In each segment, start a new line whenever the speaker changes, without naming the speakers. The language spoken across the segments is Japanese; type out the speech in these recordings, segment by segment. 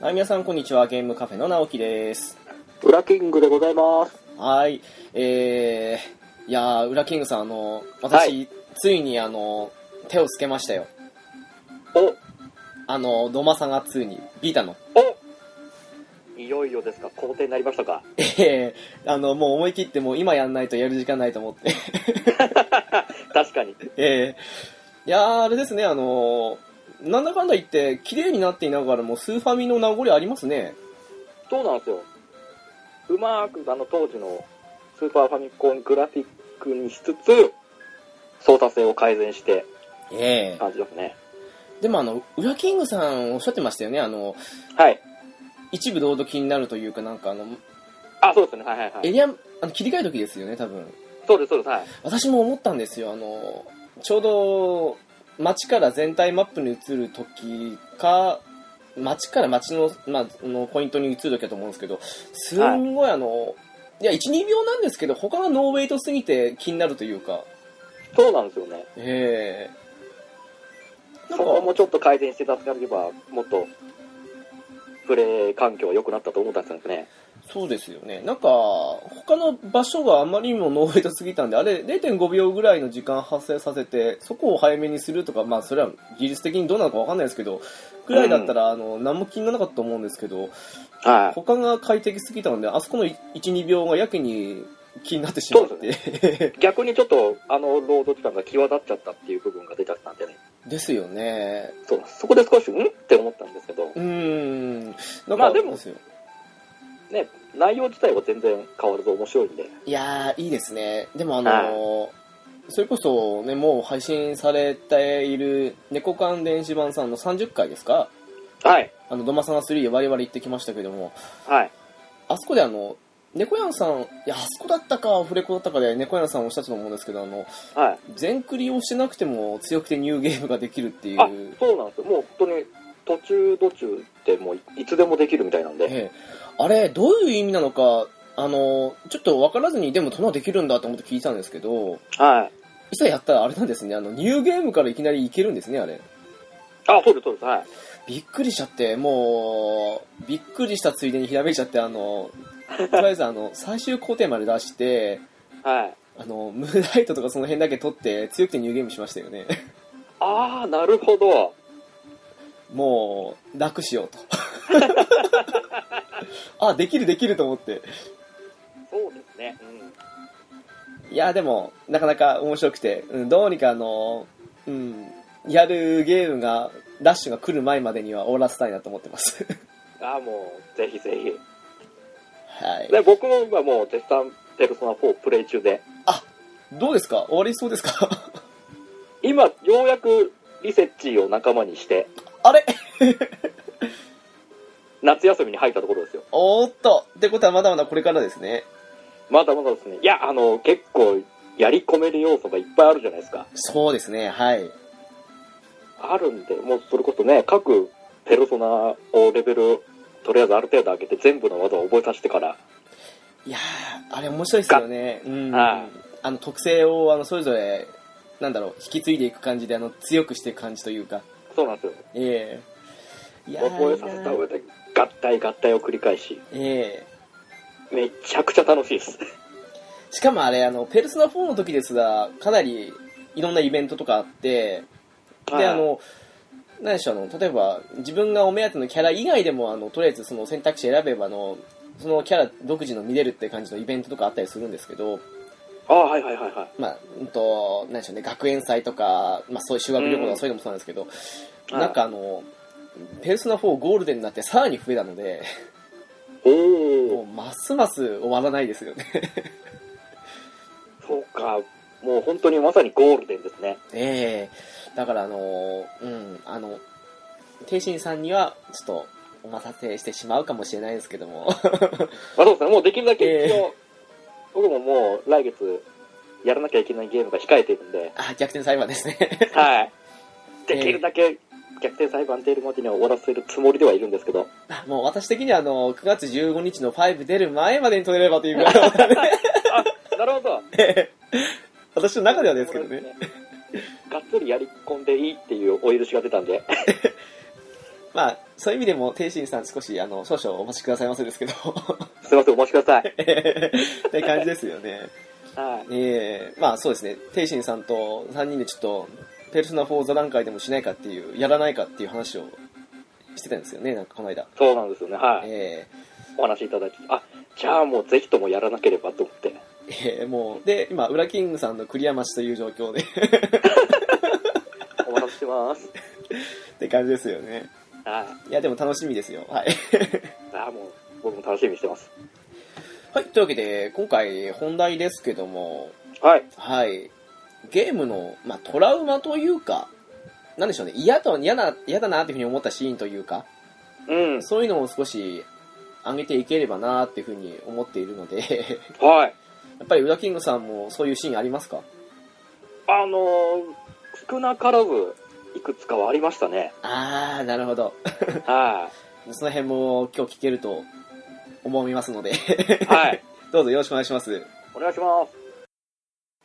はい、皆さん、こんにちは。ゲームカフェの直樹です。
ウラキングでございます。
はい。えー、いやー、ウラキングさん、あの、私、
は
ついに、あの、手をつけましたよ。
お、
あの、ドマさんがついに、ビータの。
おいよいよですか、皇帝になりましたか。
えー、あの、もう思い切って、もう今やんないとやる時間ないと思って。
確かに。
えー、いやー、あれですね、あの、なんだかんだ言って、綺麗になっていながらも、スーファミの名残ありますね。
そうなんですよ。うまーく、あの、当時のスーパーファミコングラフィックにしつつ、操作性を改善して
ええ
感じですね。
でも、あの、ウラキングさんおっしゃってましたよね、あの、
はい。
一部堂々気になるというか、なんか、あの、
あ、そうですね。はいはいは
エ
い。
リアあの切り替え時ですよね多分
そうです、そうです。はい。
私も思ったんですよあのちょうど街から全体マップに移る時か街から街の,、まあ、あのポイントに移る時だと思うんですけどすんごいあの、い、や12秒なんですけど他がノーウェイトすぎて気になるというか
そうなんですよね。
ええ
そ
なん
こ
か
もちょっと改善していただければ、もっと、プレイ環境は良くなったと思ったんですね。
そうですよねなんか他の場所があまりにもノーウェイトすぎたんであれ0.5秒ぐらいの時間発生させてそこを早めにするとかまあそれは技術的にどうなのかわかんないですけどぐらいだったら、あの何も気にならなかったと思うんですけど
は
他が快適すぎたのであそこの12秒がやけに気になってしまっ
そう
て
い。逆にちょっと、あの、ロード時間が際立っちゃったっていう部分が出ちゃったんでね。
ですよね
そうそこで少し、んって思ったんですけど、
うーんなんか
まあでも
すよ
ね、内容自体は全然変わらず面白いんで、
いやーいいですねでもあの
は
それこそねもう配信されている猫缶電子版さんの30回ですか
はい、
あのドマサガ3で我々行ってきましたけども
はい、
あそこであの猫やんさんいやあそこだったかアフレコだったかで猫やんさんおっしゃったと思うんですけどあの
はい。
全クリをしてなくても強くてニューゲームができるってい
あ
う、
そうなんですよ。もう本当に、途中途中でもういつでもできるみたいなんで、
ええあれどういう意味なのかあのちょっと分からずにでもそんなのできるんだと思って聞いたんですけど
はい。
いざやったらあれなんですねあのニューゲームからいきなりいけるんですねあれ
あ、そうです、そうです、はい。
びっくりしちゃってもうびっくりしたついでにひらめいちゃってあのとりあえずあの最終工程まで出して
はい。
あのムーンライトとかその辺だけ取って強くてニューゲームしましたよね
あー、なるほど。
もう楽しようと あできるできると思って
そうですね。うん。
いやでもなかなか面白くて、うん、どうにかあのうんやるゲームがラッシュが来る前までには終わらせたいなと思ってます
あー、もう、ぜひぜひ。
はい
で、僕も今もう、絶賛、ペルソナ4プレイ中で、
どうですか終わりそうですか
今、ようやく、リセッチーを仲間にして、
あれ
夏休みに入ったところですよ。
おーっとってことはまだまだこれからですね
まだまだですね。いや、あの、結構、やり込める要素がいっぱいあるじゃないですか。
そうですねはい
あるんで、もうそれこそね、各ペルソナをレベル、とりあえずある程度上げて、全部の技を覚えさせてから、
いやーあれ面白いですよねうん
は
あ
い
の特性をあのそれぞれなんだろう引き継いでいく感じであの強くしていく感じというか
そうなんですよ。
ええいやー
覚えさせた上で、合体合体を繰り返し、
ええ
めちゃくちゃ楽しいです。
しかもあれ、あの、ペルソナ4の時ですが、かなりいろんなイベントとかあって、
はい
で、あ、の、何でしょう、あの、例えば、自分がお目当てのキャラ以外でも、あの、とりあえずその選択肢選べば、あの、そのキャラ独自の見れるって感じのイベントとかあったりするんですけど、
ああ、はいはいはいはい。
まあ、うんと、何でしょうね、学園祭とか、まあそういう修学旅行と
う
か
ん
そういうのもそうなんですけど、
はい
なんかあの、ペルソナ4ゴールデンになってさらに増えたので、
お
も
ー
う、ますます終わらないです よね。
そうか。もう本当にまさにゴールデンですね。
ええだからあのーうん、あの、天心さんには、ちょっと、お待たせしてしまうかもしれないですけども。
まあそうですね、もうできるだけ一
え
応、僕ももう来月、やらなきゃいけないゲームが控えているんで、
あ、逆転裁判ですね。
はい。できるだけ逆転裁判出るまでには終わらせるつもりではいるんですけど、
あもう私的には、あの、9月15日の5出る前までに取れればというぐらいなの で
なるほど。
私の中ではですけどね。
がっつりやり込んでいいっていうお許しが出たんで、
まあ、そういう意味でも、天心さん少し、あの、少々お待ちくださいませですけど、
すいません、お待ちください。
って感じですよね。
はい。
ええまあそうですね、天心さんと3人でちょっと、ペルソナ4座談会でもしないかっていう、やらないかっていう話をしてたんですよね、なんかこの間。
そうなんですよね。はい。
え
お話いただき、あ、じゃあもうぜひともやらなければと思って。
えええもう、で、今、裏キングさんのクリア待ちという状況で 、っ
お待ちして ます。
て感じですよね。
はい。
いや、でも楽しみですよ。はい。
ああ、もう、僕も楽しみにしてます。
はい、というわけで、今回本題ですけども、
はい。
はい、ゲームの、まあ、トラウマというか、なんでしょうね、嫌と嫌な、嫌だなっていうふうに思ったシーンというか、
うん。
そういうのを少し上げていければなっていうふうに思っているので、 や
はい。
っぱりウラキングさんもそういうシーンありますか
あのー少なからず、いくつかはありましたね。
あー、なるほど。
は
その辺も今日聞けると思いますので、
い。はい。
どうぞよろしくお願いします。
お願いします。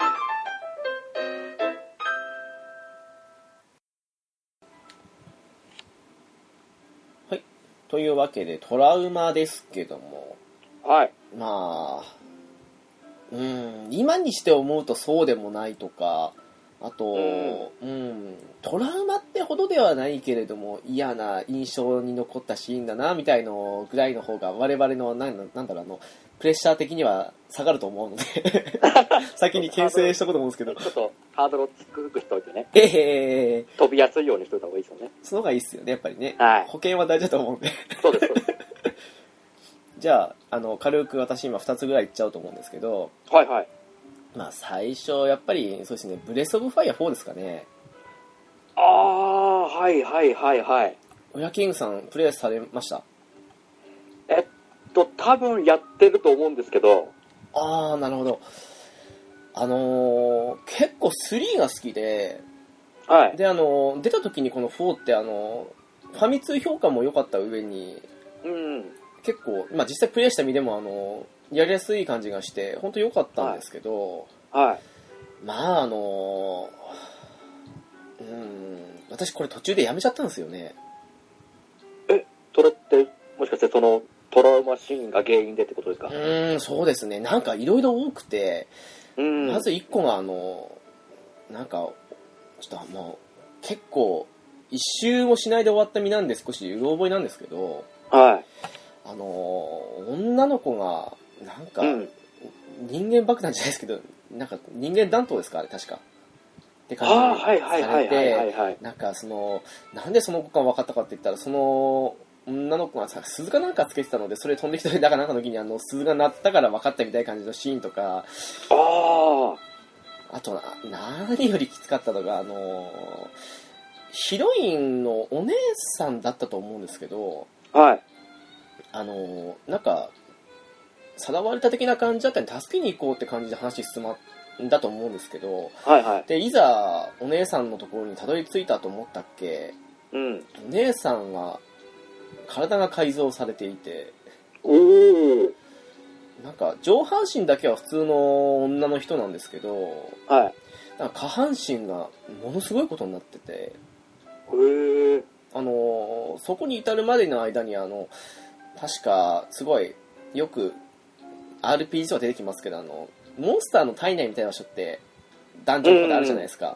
というわけで、トラウマですけども、
はい。
まあ、うん、今にして思うとそうでもないとか、あと、うん、トラウマってほどではないけれども、嫌な印象に残ったシーンだな、みたいのぐらいの方が、我々の、なんなんだろう、あの、プレッシャー的には下がると思う ので、先に牽制しとこうと思うんですけ
ちょ
ど、
っと、ハードルを低くしといてね。
ええ
飛びやすいようにしといた方がいいですよね。
その方がいいっすよね、やっぱりね。
はい。
保険は大事だと思うんで。
そうです、そうです。
じゃあ、あの、軽く私今2つぐらい言っちゃおうと思うんですけど、
はいはい。
まあ最初、やっぱり、そうですね、ブレスオブファイア4ですかね。
ああ、はいはいはいはい。
親キングさん、プレイされました
えっと、多分やってると思うんですけど、
ああ、なるほど。あのー、結構3が好きで、
はい。
で、あのー出た時にこの4って、あのーファミ通評価も良かった上に、
うん。
結構、まあ実際プレイした身でも、あのーやりやすい感じがして、本当良かったんですけど、
はい。
まああのー、うーん、私これ途中でやめちゃったんですよね。
それって、もしかしてその、トラウマシーンが原因でってことですか
うーん、そうですね。なんかいろいろ多くて、
うん。
まず1個があのなんかちょっともう結構一周もしないで終わった身なんで少しうろ覚えなんですけど
はい。
あの女の子がなんか
うん。
人間爆弾じゃないですけどなんか人間弾頭ですかあれ確かって
あ
感じ
あ、
さ
はいはいは
れ
いはいはい
て
はい。
なんかそのなんでその子が分かったかって言ったらその女の子がさ鈴かなんかつけてたのでそれ飛んできただかなんかの時にあの鈴が鳴ったから分かったみたいな感じのシーンとか
あ
あとな、何よりきつかったのが、あのーヒロインのお姉さんだったと思うんですけど、
あ、はい。
あのーなんか、さらわれた的な感じだったんで、助けに行こうって感じで話進まんだと思うんですけど、
はいはい。
で、いざ、お姉さんのところにたどり着いたと思ったっけ、
うん。
お姉さんが、体が改造されていて、
おー。
なんか、上半身だけは普通の女の人なんですけど、
はい。
なんか下半身がものすごいことになってて、
へえ。
あのーそこに至るまでの間にあの確かすごいよく RPG とか出てきますけどあのモンスターの体内みたいな場所ってダンジョンとかであるじゃないですか、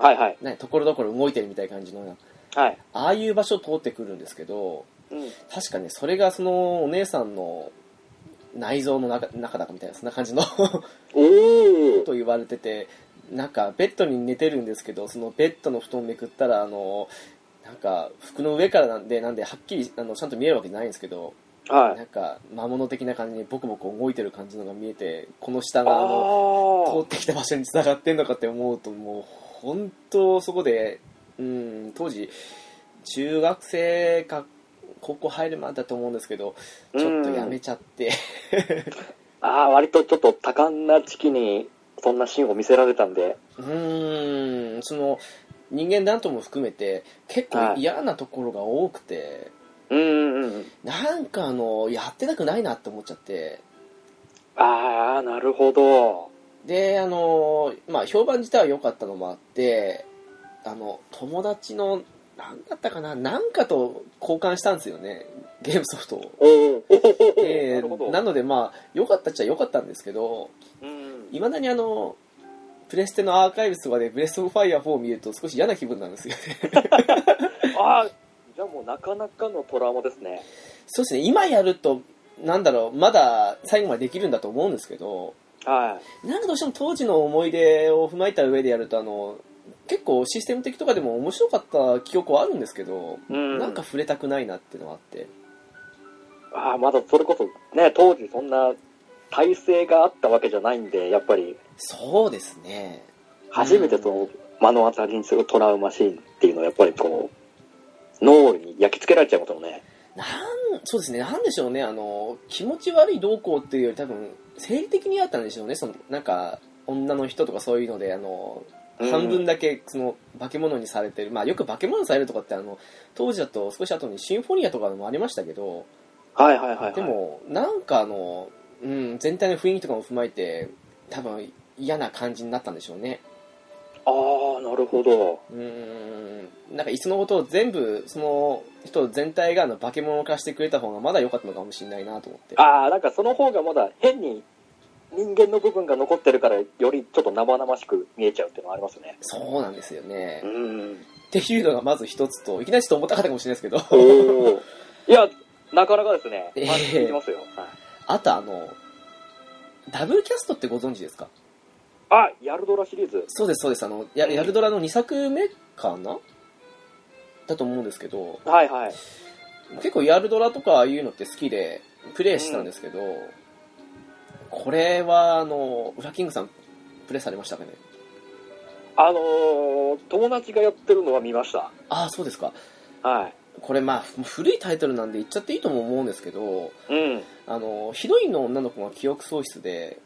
はいはい。
ね、ところどころ動いてるみたいな感じのような
はい。
ああいう場所を通ってくるんですけど
うん。
確かねそれがそのお姉さんの内臓の中中だかみたいなそんな感じの
おー。
と言われててなんかベッドに寝てるんですけどそのベッドの布団めくったらあのなんか服の上からなんでなんではっきりあのちゃんと見えるわけじゃないんですけど
はい。
なんか魔物的な感じにボコボコ動いてる感じのが見えてこの下
あ
があの
あ
通ってきた場所に繋がってんのかって思うともう本当そこでうん当時中学生か高校入るまでだと思うんですけどちょっとやめちゃって
ああ、割とちょっと多感な時期に、そんなシーンを見せられたんで。
うーんその人間なんとも含めて結構嫌なところが多くて、
うんうんうん。
なんかあのやってたくないなって思っちゃって
ああ、なるほど。
であのまあ評判自体は良かったのもあってあの友達のなんだったかな、なんかと交換したんですよね、ゲームソフトを。
おーおーおー
で
なるほど
なので、まあ、良かったっちゃ良かったんですけど、
うん
いまだにあの、プレステのアーカイブスとかで、ブレスオブファイア4を見ると少し嫌な気分なんですよね。
ああじゃあもうなかなかのトラウマですね
そうですね、今やると、なんだろう、まだ最後までできるんだと思うんですけど、
は
なんかどうしても当時の思い出を踏まえた上でやると、あの、結構システム的とかでも面白かった記憶はあるんですけど、
い、うん、
なんか触れたくないなっていうのがあって。
ああまだそれこそね当時そんな体制があったわけじゃないんでやっぱり
そうですね。
初めてその目の当たりにするトラウマシーンっていうのはやっぱりこう脳裏に焼き付けられちゃいますよね
なん、そうですね、なんでしょうね、あの、気持ち悪いどうこうっていうより多分、生理的にあったんでしょうね、その、なんか、女の人とかそういうので、あの、
うん
半分だけ、その、化け物にされてる。まあ、よく化け物にされるとかって、あの、当時だと少し後にシンフォニアとかもありましたけど、
はいはいはい、はい、
でも、なんかあの、うん、全体の雰囲気とかも踏まえて、多分、嫌な感じになったんでしょうね。
ああなるほど
うーんなんかいつのことを全部その人全体があの化け物化してくれた方がまだ良かったのかもしれないなと思って
ああなんかその方がまだ変に人間の部分が残ってるからよりちょっと生々しく見えちゃうっていうのはありますね
そうなんですよね、
う
っ
ん
ていうのがまず一つといきなりちょっと重たかったかもしれないですけど
おおいやなかなかですね
ええ
まあ聞いてますよ、はい
あとあのダブルキャストってご存知ですか
あヤルドラシリーズ
そうですそうですあのや
うん
ヤルドラの2作目かなだと思うんですけど
はいはい
結構ヤルドラとかああいうのって好きでプレイしてたんですけど、これはあのウラキングさんプレイされましたかね
あのー友達がやってるのは見ました
ああそうですか
はい
これまあふ古いタイトルなんで言っちゃっていいとも思うんですけど
うん
あのヒロインの女の子が記憶喪失で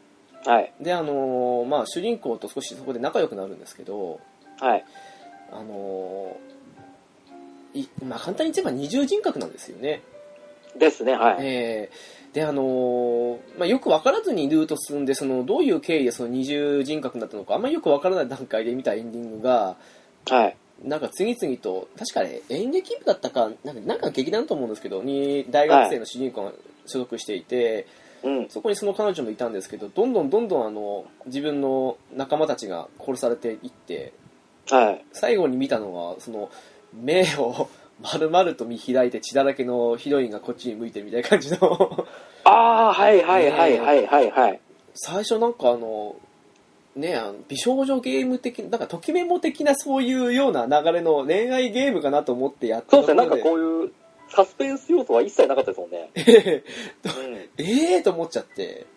はい
であの、まあ、主人公と少しそこで仲良くなるんですけど
はい
あのいまあ、簡単に言えば二重人格なんですよね、
ですねはい、
えーであの、まあ、よく分からずにルート進んでそのどういう経緯でその二重人格になったのかあんまりよく分からない段階で見たエンディングが
はい
なんか次々と、確かね、演劇部だったか、なんかなんかの劇団だと思うんですけど、に大学生の主人公が所属していて、
うん
そこにその彼女もいたんですけど、どんどんどんどんあの自分の仲間たちが殺されていって、
はい
最後に見たのは、その目を 丸々と見開いて血だらけのヒロインがこっちに向いてるみたいな感じの、
ああはいはいはいはいはいはい
最初なんかあの、ね、あの美少女ゲーム的なんかときメモ的なそういうような流れの恋愛ゲームかなと思ってやってた
そうですねな
と
ん
こ
か
ろで
こういうサスペンス要素は一切なかったです もんね、うん
ええー、と思っちゃって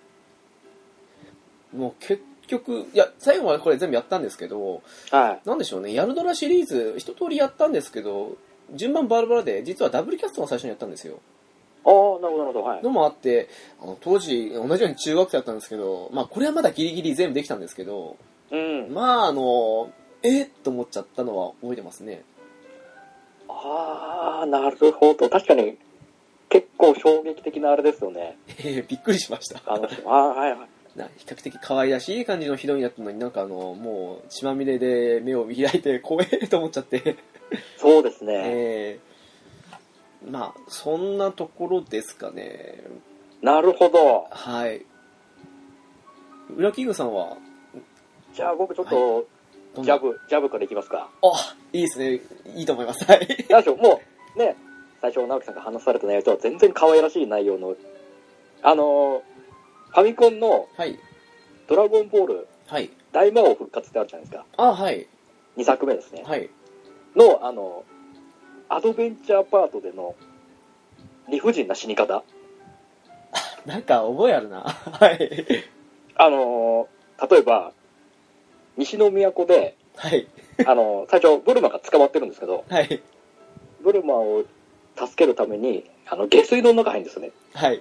もう結局いや最後までこれ全部やったんですけど
はい
なんでしょうねヤルドラシリーズ一通りやったんですけど順番バラバラで実はダブルキャストが最初にやったんですよ
ああなるほどなるほどはい
のもあってあの当時同じように中学生だったんですけどまあこれはまだギリギリ全部できたんですけど
うん
まああのえっ、と思っちゃったのは覚えてますね
ああなるほど確かに結構衝撃的なあれですよね
えーびっくりしました
あのあーはいはい
な比較的可愛らしい感じのヒロインだったのになんかあのもう血まみれで目を見開いて怖えと思っちゃって
そうですね、
えーまあそんなところですかね
なるほど
はい裏キングさんは
じゃあ僕ちょっと
どん
ジ
な
ャブ、ジャブからいきますか
あいいですねいいと思いますはい
なんでしょう、もう、ね、最初、直樹さんが話された内容とは全然可愛らしい内容の、あのーファミコンの
はい
ドラゴンボール
はい
大魔王復活ってあるじゃないですか。
あはい
2作目ですね。
はい
の、あのアドベンチャーパートでの理不尽な死に方。
なんか覚えあるな はい
あのー例えば、西の都で、
はい
あのー最初、ブルマが捕まってるんですけど、
はい
ブルマを助けるために、あの、下水道の中入るんですよね。
はい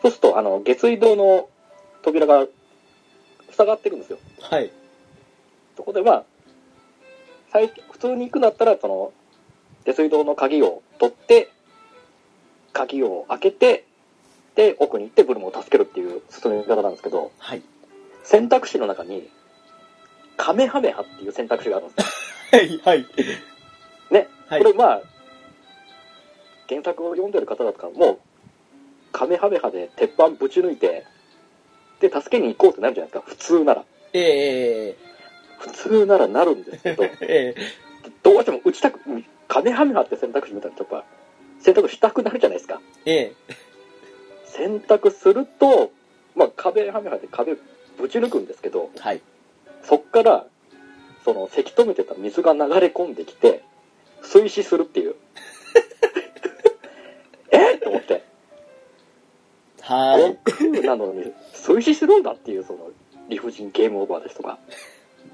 そうすると、あの、下水道の扉が塞がってるんですよ。
はい
そこで、まあ、最普通に行くんだったら、その、下水道の鍵を取って、鍵を開けて、で、奥に行ってブルムを助けるっていう進み方なんですけど、
はい
選択肢の中に、カメハメハっていう選択肢があるんですよ。
はいはい
ね。
はい
これまあ原作を読んでる方だったらもうカメハメハで鉄板ぶち抜いてで助けに行こうってなるじゃないですか普通なら
ええ
普通ならなるんですけど
えええ
どうしても打ちたくカメハメハって選択肢みたいなとか選択したくなるじゃないですか
ええ
選択するとまあ壁ハメハメで壁ぶち抜くんですけど
えはい
そっからそのせき止めてた水が流れ込んできて水死するっていう えっと思って
は
悟空なのに水死するんだっていうその理不尽ゲームオーバーですとか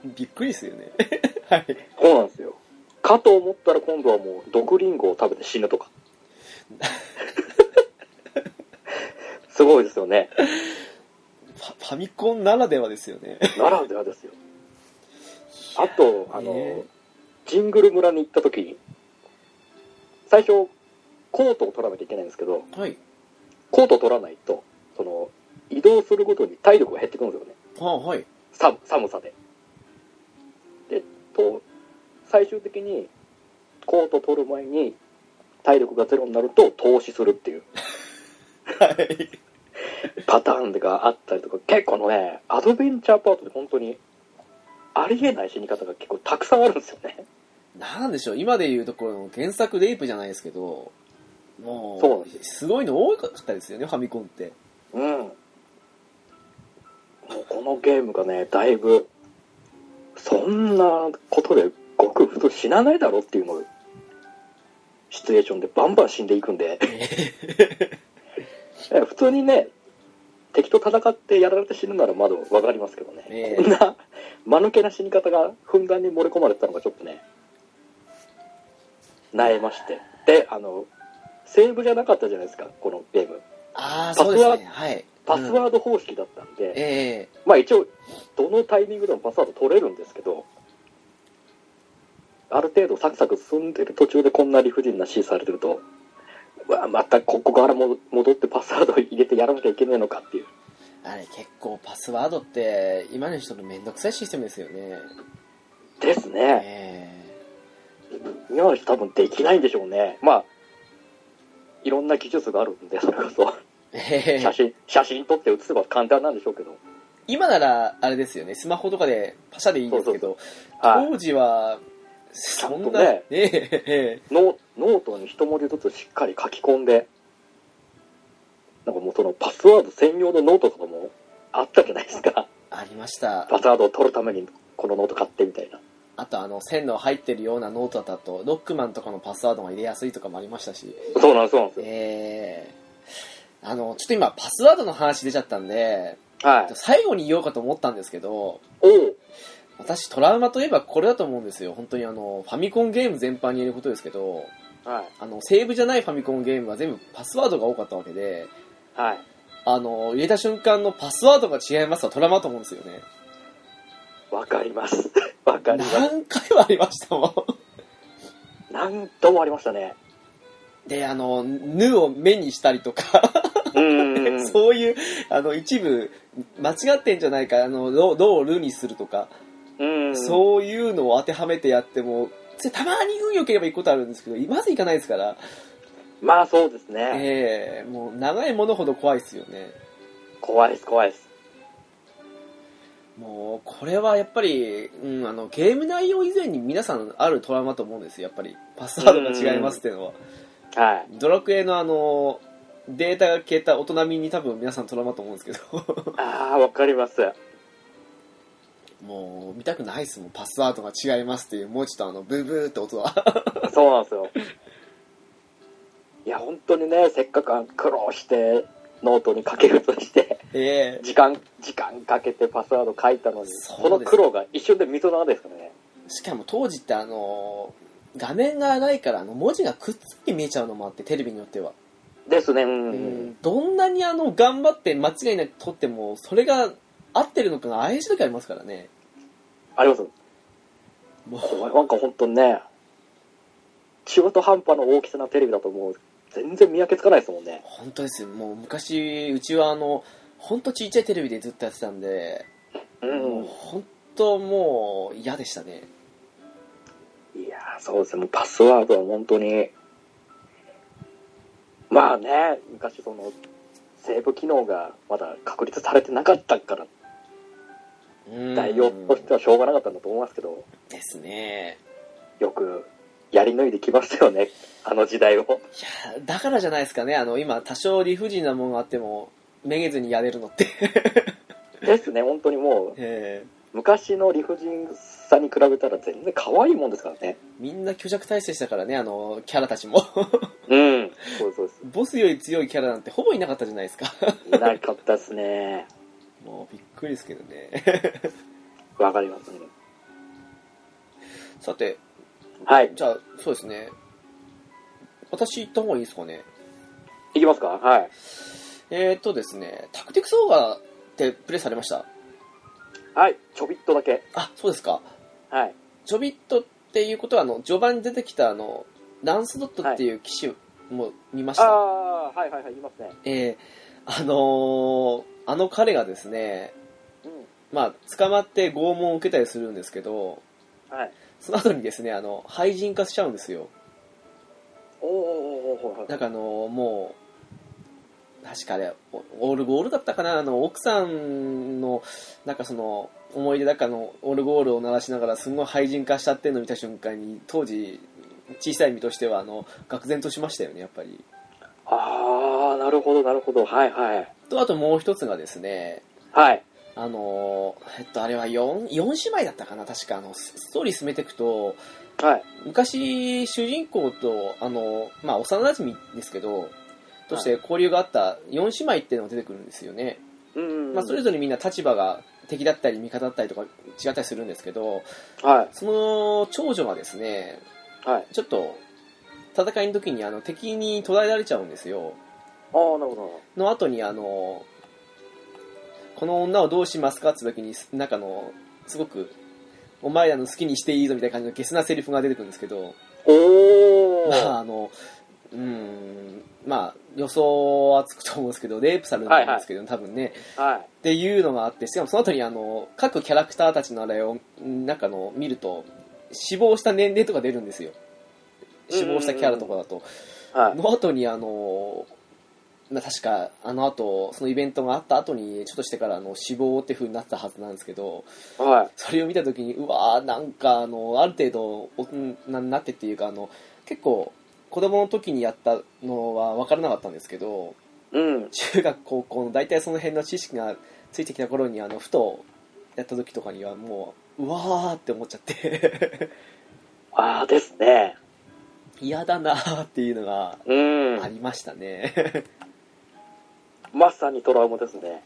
いびっくりですよね はい
そうなんですよかと思ったら今度はもう毒リンゴを食べて死ぬとかすごいですよね
ファファミコンならではですよね
ならではですよあとあ
ね
のジングル村に行った時に最初コートを取らなきゃいけないんですけど
はい
コートを取らないとその移動するごとに体力が減ってくるんですよね
あはい
寒寒さででと最終的にコート取る前に体力がゼロになると投資するっていう
はい
パターンがあったりとか結構ねアドベンチャーパートで本当にありえない死に方が結構たくさんあるんですよね
なんでしょう今でいうところの原作レイプじゃないですけどもう
そうなんです
ごいの多かったですよねファミコンって
うんもうこのゲームがねだいぶそんなことでごく普通死なないだろっていうのをシチュエーションでバンバン死んでいくんでえ 普通にね敵と戦ってやられて死ぬならまだ分かりますけどね、
ええ
こんな間抜けな死に方がふんだんに盛り込まれてたのがちょっとね萎えましてであのセーブじゃなかったじゃないですかこのゲーム
ああ
パス
そ
ワ
うですねはい
パス
うん
ワード方式だったんで、
え
まあ一応、どのタイミングでもパスワード取れるんですけど、ある程度サクサク進んでる途中でこんな理不尽な指示されてると、うわ、またここからも戻ってパスワードを入れてやらなきゃいけないのかっていう。
えあれ結構パスワードって今の人のめんどくさいシステムですよね
ですね。
え
今の人多分できないんでしょうね。まあ、いろんな技術があるんで、それこそ。
えええ
写真、写真撮って写せば簡単なんでしょうけど。
今ならあれですよねスマホとかでパシャでいいんですけど
はい。
当時はそんな、
ちゃんとね
えええ
ノノートに一文字ずつしっかり書き込んで、なんかもうそのパスワード専用のノートとかもあったじゃないです か。
え ありました
パスワードを取るためにこのノート買ってみたいな。
あとあの線の入ってるようなノートだとロックマンとかのパスワードが入れやすいとかもありましたし
そうなんです、そうなんで
えー、あのちょっと今パスワードの話出ちゃったんです
よ。はい。
最後に言おうかと思ったんですけど
おう
私トラウマといえばこれだと思うんですよ本当にあのファミコンゲーム全般に言えることですけど
はい。
あのセーブじゃないファミコンゲームは全部パスワードが多かったわけで
はい。
あの入れた瞬間のパスワードが違いますはトラウマだと思うんですよね
わかります。 わかります。
何回もありましたもん
何度もありましたね。
であの「ぬ」を「目にしたりとか
うんうんう ん。
そういうあの一部間違ってんじゃないかあの「ろ」ろを「る」にするとか
うん。う。
そういうのを当てはめてやっても、それたまに運良ければいいことあるんですけど、まずいかないですから、
まあそうですね。
ええもう長いものほど怖いですよね。
怖いです、怖いです。
もう、これはやっぱり、うん、あの、ゲーム内容以前に皆さんあるトラウマと思うんですよ、やっぱり。パスワードが違いますっていうのは。
はい。
ドラクエのあの、データが消えた大人みに多分皆さんトラウマと思うんですけど、
ああ、わかります。
もう、見たくないですもん、パスワードが違いますっていう、もうちょっとあの、ブーブーって音 は。
そうなんですよ。いや、本当にね、せっかく苦労して、ノートに書けるとして、
ええ
時間、時間かけてパスワード書いたのに、
そうです
この苦労が一瞬で水の泡ですからね。
しかも当時ってあの画面が荒いからあの文字がくっついて見えちゃうのもあってテレビによっては、
ですね、う
うん
ん。
どんなにあの頑張って間違いなく撮ってもそれが合ってるのかが怪しい時ありますからね
あります。
も
こ
う
れなんか本当にね、中途半端な大きさなテレビだともう、全然見分けつかないですもんね。
本当ですよもう昔うちはあの本当ちっちゃいテレビでずっとやってたんで、
う
もう本当もう嫌でしたね
いやーそうですねもうパスワードは本当にまあね昔そのセーブ機能がまだ確立されてなかったから
うん
代用としてはしょうがなかったんだと思いますけど、
ですね
よくやり抜いてきましたよね あの時代を
いやだからじゃないですかねあの今多少理不尽なものがあってもめげずにやれるのって、
ですね本当にも
え
う昔の理不尽さに比べたら全然可愛いもんですからね
えみんな虚弱体制したからねあのキャラたちも
うんそうですそうです
ボスより強いキャラなんてほぼいなかったじゃないですか
いなかったですね。
もうびっくりですけどね
わかりますね。
さて
はい。
じゃあそうですね私行った方がいいですかね
いきますかはい。
えー、っとですねタクティクスオーガーってプレイされました
はい。ちょびっとだけ。
あそうですか
はい。
ちょびっとっていうことはあの序盤に出てきたあのランスドットっていう機種も見まし
あ
た、
あー、はいはいはい、言いますね。
えーあのーあの彼がですね、
う
まあ、捕まって拷問を受けたりするんですけど、
ん。はい。
その後にですね、あの、廃人化しちゃうんですよ。
おーおーおーおーおー
なんかあのーもう、確かあれ、オオールゴールだったかな、あの、奥さんの、なんかその、思い出だかの、オールゴールを鳴らしながら、すんごい廃人化しちゃってるのを見た瞬間に、当時、小さい身としては、あの、愕然としましたよね、やっぱり。
ああ、なるほどなるほど。はいはい。
と、あともう一つがですね、
はい。
あのーえっと、あれは 4, 4姉妹だったかな、確か、あの、スストーリー進めていくと、
はい。
昔、主人公と、あのーまあ、幼馴染ですけど、として交流があった4姉妹っていうのが出てくるんですよね。
うん。
まあ、それぞれみんな立場が敵だったり味方だったりとか違ったりするんですけど、
はい。
その長女がですね、
はい。
ちょっと、戦いの時にあの敵に捕らえられちゃうんですよ。
ああ、なるほど。
の後にあのこの女をどうしますかって時になんかあのすごくお前らの好きにしていいぞみたいな感じのゲスなセリフが出てくるんですけど、
おお。
ま ああのうーんまあ予想はつくと思うんですけどレイプされるん
はいはい
ですけど、多分ね
はい。
っていうのがあってしかもその後にあの各キャラクターたちのあれをなんかあの見ると死亡した年齢とか出るんですよ死亡したキャラとかだと
はい。
の後にあの、まあ、確かあの後そのイベントがあった後にちょっとしてからあの死亡って風になってたはずなんですけど
はい。
それを見た時にうわーなんかあのある程度大人になってっていうかあの結構子供の時にやったのは分からなかったんですけど
うん。
中学高校の大体その辺の知識がついてきた頃にあのふとやった時とかにはもううわーって思っちゃって
ああ、ですね。
嫌だなーっていうのが
うん
あ。りましたね。
まさにトラウマですね。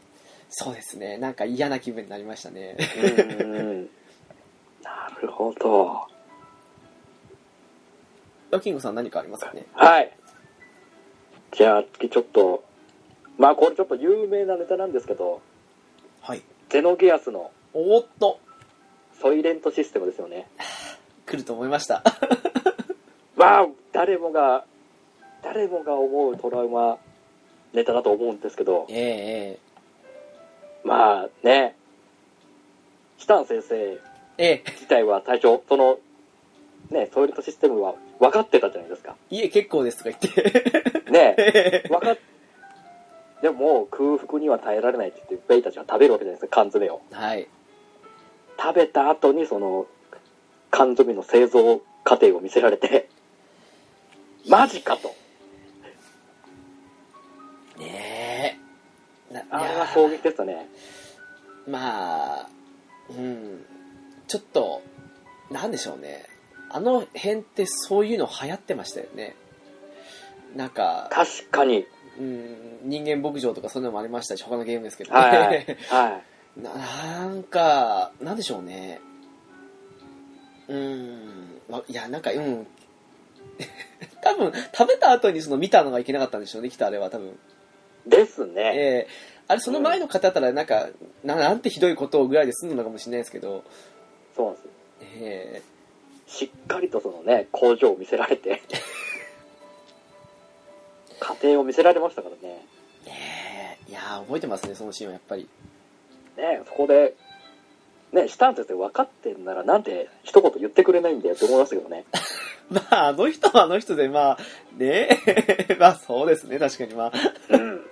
そうですね。なんか嫌な気分になりましたね。
うんうん。なるほど。
ラキングさん何かありますかね
はい。じゃあ次ちょっと、まあこれちょっと有名なネタなんですけど、
はい。
ゼノギアスの
おーっと
ソイレントシステムですよね。
来ると思いました。
まあ誰もが、誰もが思うトラウマネタだと思うんですけど、
ええ
まあね、シタン先生
ええええ
自体は最初、その、ね、ソイレントシステムは分かってたじゃないですか。
いえ、結構ですとか言って。
ね、
ええ
分かっ、でももう空腹には耐えられないって言って、ベイたちが食べるわけじゃないですか、缶詰を。
はい。
食べた後にその缶詰の製造過程を見せられてマジかと
ねえ。な
あ
い
れ
や
は衝撃でしたね
まあ、うん。ちょっと、なんでしょうね。あの辺ってそういうの流行ってましたよね。なんか、
確かに
うん、人間牧場とかそういうのもありましたし、他のゲームですけどね。
はいはい、は
ななんか、なんでしょうね。うーん、ま、いや、なんか、うん。 多分、食べた後にその見たのがいけなかったんでしょうね、きっとあれは多分。
い、ですね
ええあれ、その前の方だったら、なんか、ななんてひどいことをぐらいで済んだのかもしれないですけど、
そうなんですよ
え
しっかりとそのね工場を見せられて 家庭を見せられましたからね
えええいやー覚えてますね、そのシーンはやっぱり。
ねそこでね、したんですって分かってんならなんで一言言ってくれないんだよって思いましたけどね。
まあ、あの人はあの人で、まあ、ね まあ、そうですね、確かに。まあ、
うん。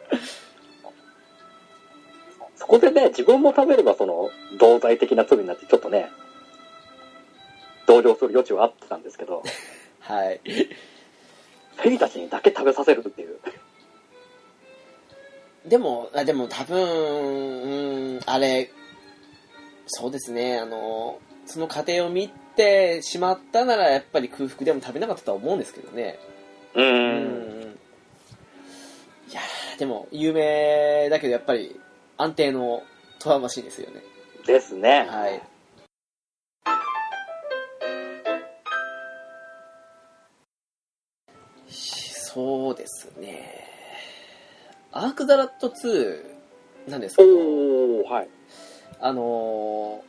そこでね、自分も食べればその、同罪的な罪になってちょっとね、同情する余地はあったんです けど、
はい。
セリたちにだけ食べさせるっていう。
でも、あでも多分、うん、あれ、そうですね、あの、その過程を見てしまったなら、やっぱり空腹でも食べなかったとは思うんですけどね。
う
う。いやーでも、有名だけど、やっぱり、安定のトラマシンですよね。
ですね。
はい。そうですね。アークザラット2なんですけど、
おー、はい。
あのー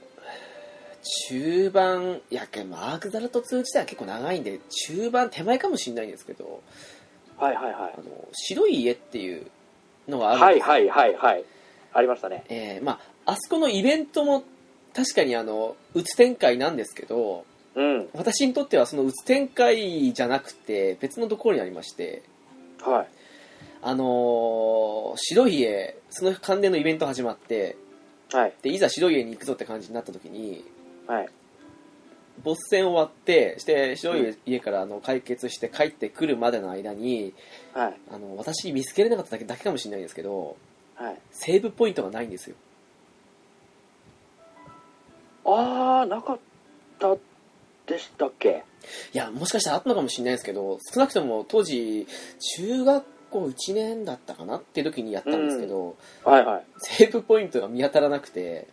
中盤、いや、でもアークザラット2自体は結構長いんで、中盤手前かもしれないんですけど、
はいはいはい
あ。の白い家っていうのがあるんです
はいはいはいはい。ありましたね。
えーまあ、あそこのイベントも確かにあの、うつ展開なんですけど、
うん。
私にとってはそのうつ展開じゃなくて、別のところにありまして、
はい。
あのー白い家、その関連のイベント始まって、
はい。
で、いざ白い家に行くぞって感じになった時に、
はい。
ボス戦終わって、して、白い家からあの解決して帰ってくるまでの間に、
はい。
あの、私見つけれなかっただけだけかもしれないんですけど、
はい。
セーブポイントがないんですよ。
あー、なかったでしたっけ
いや、もしかしたらあったのかもしれないですけど、少なくとも当時、中学校1年だったかなって時にやったんですけど、
はいはい。
セーブポイントが見当たらなくて、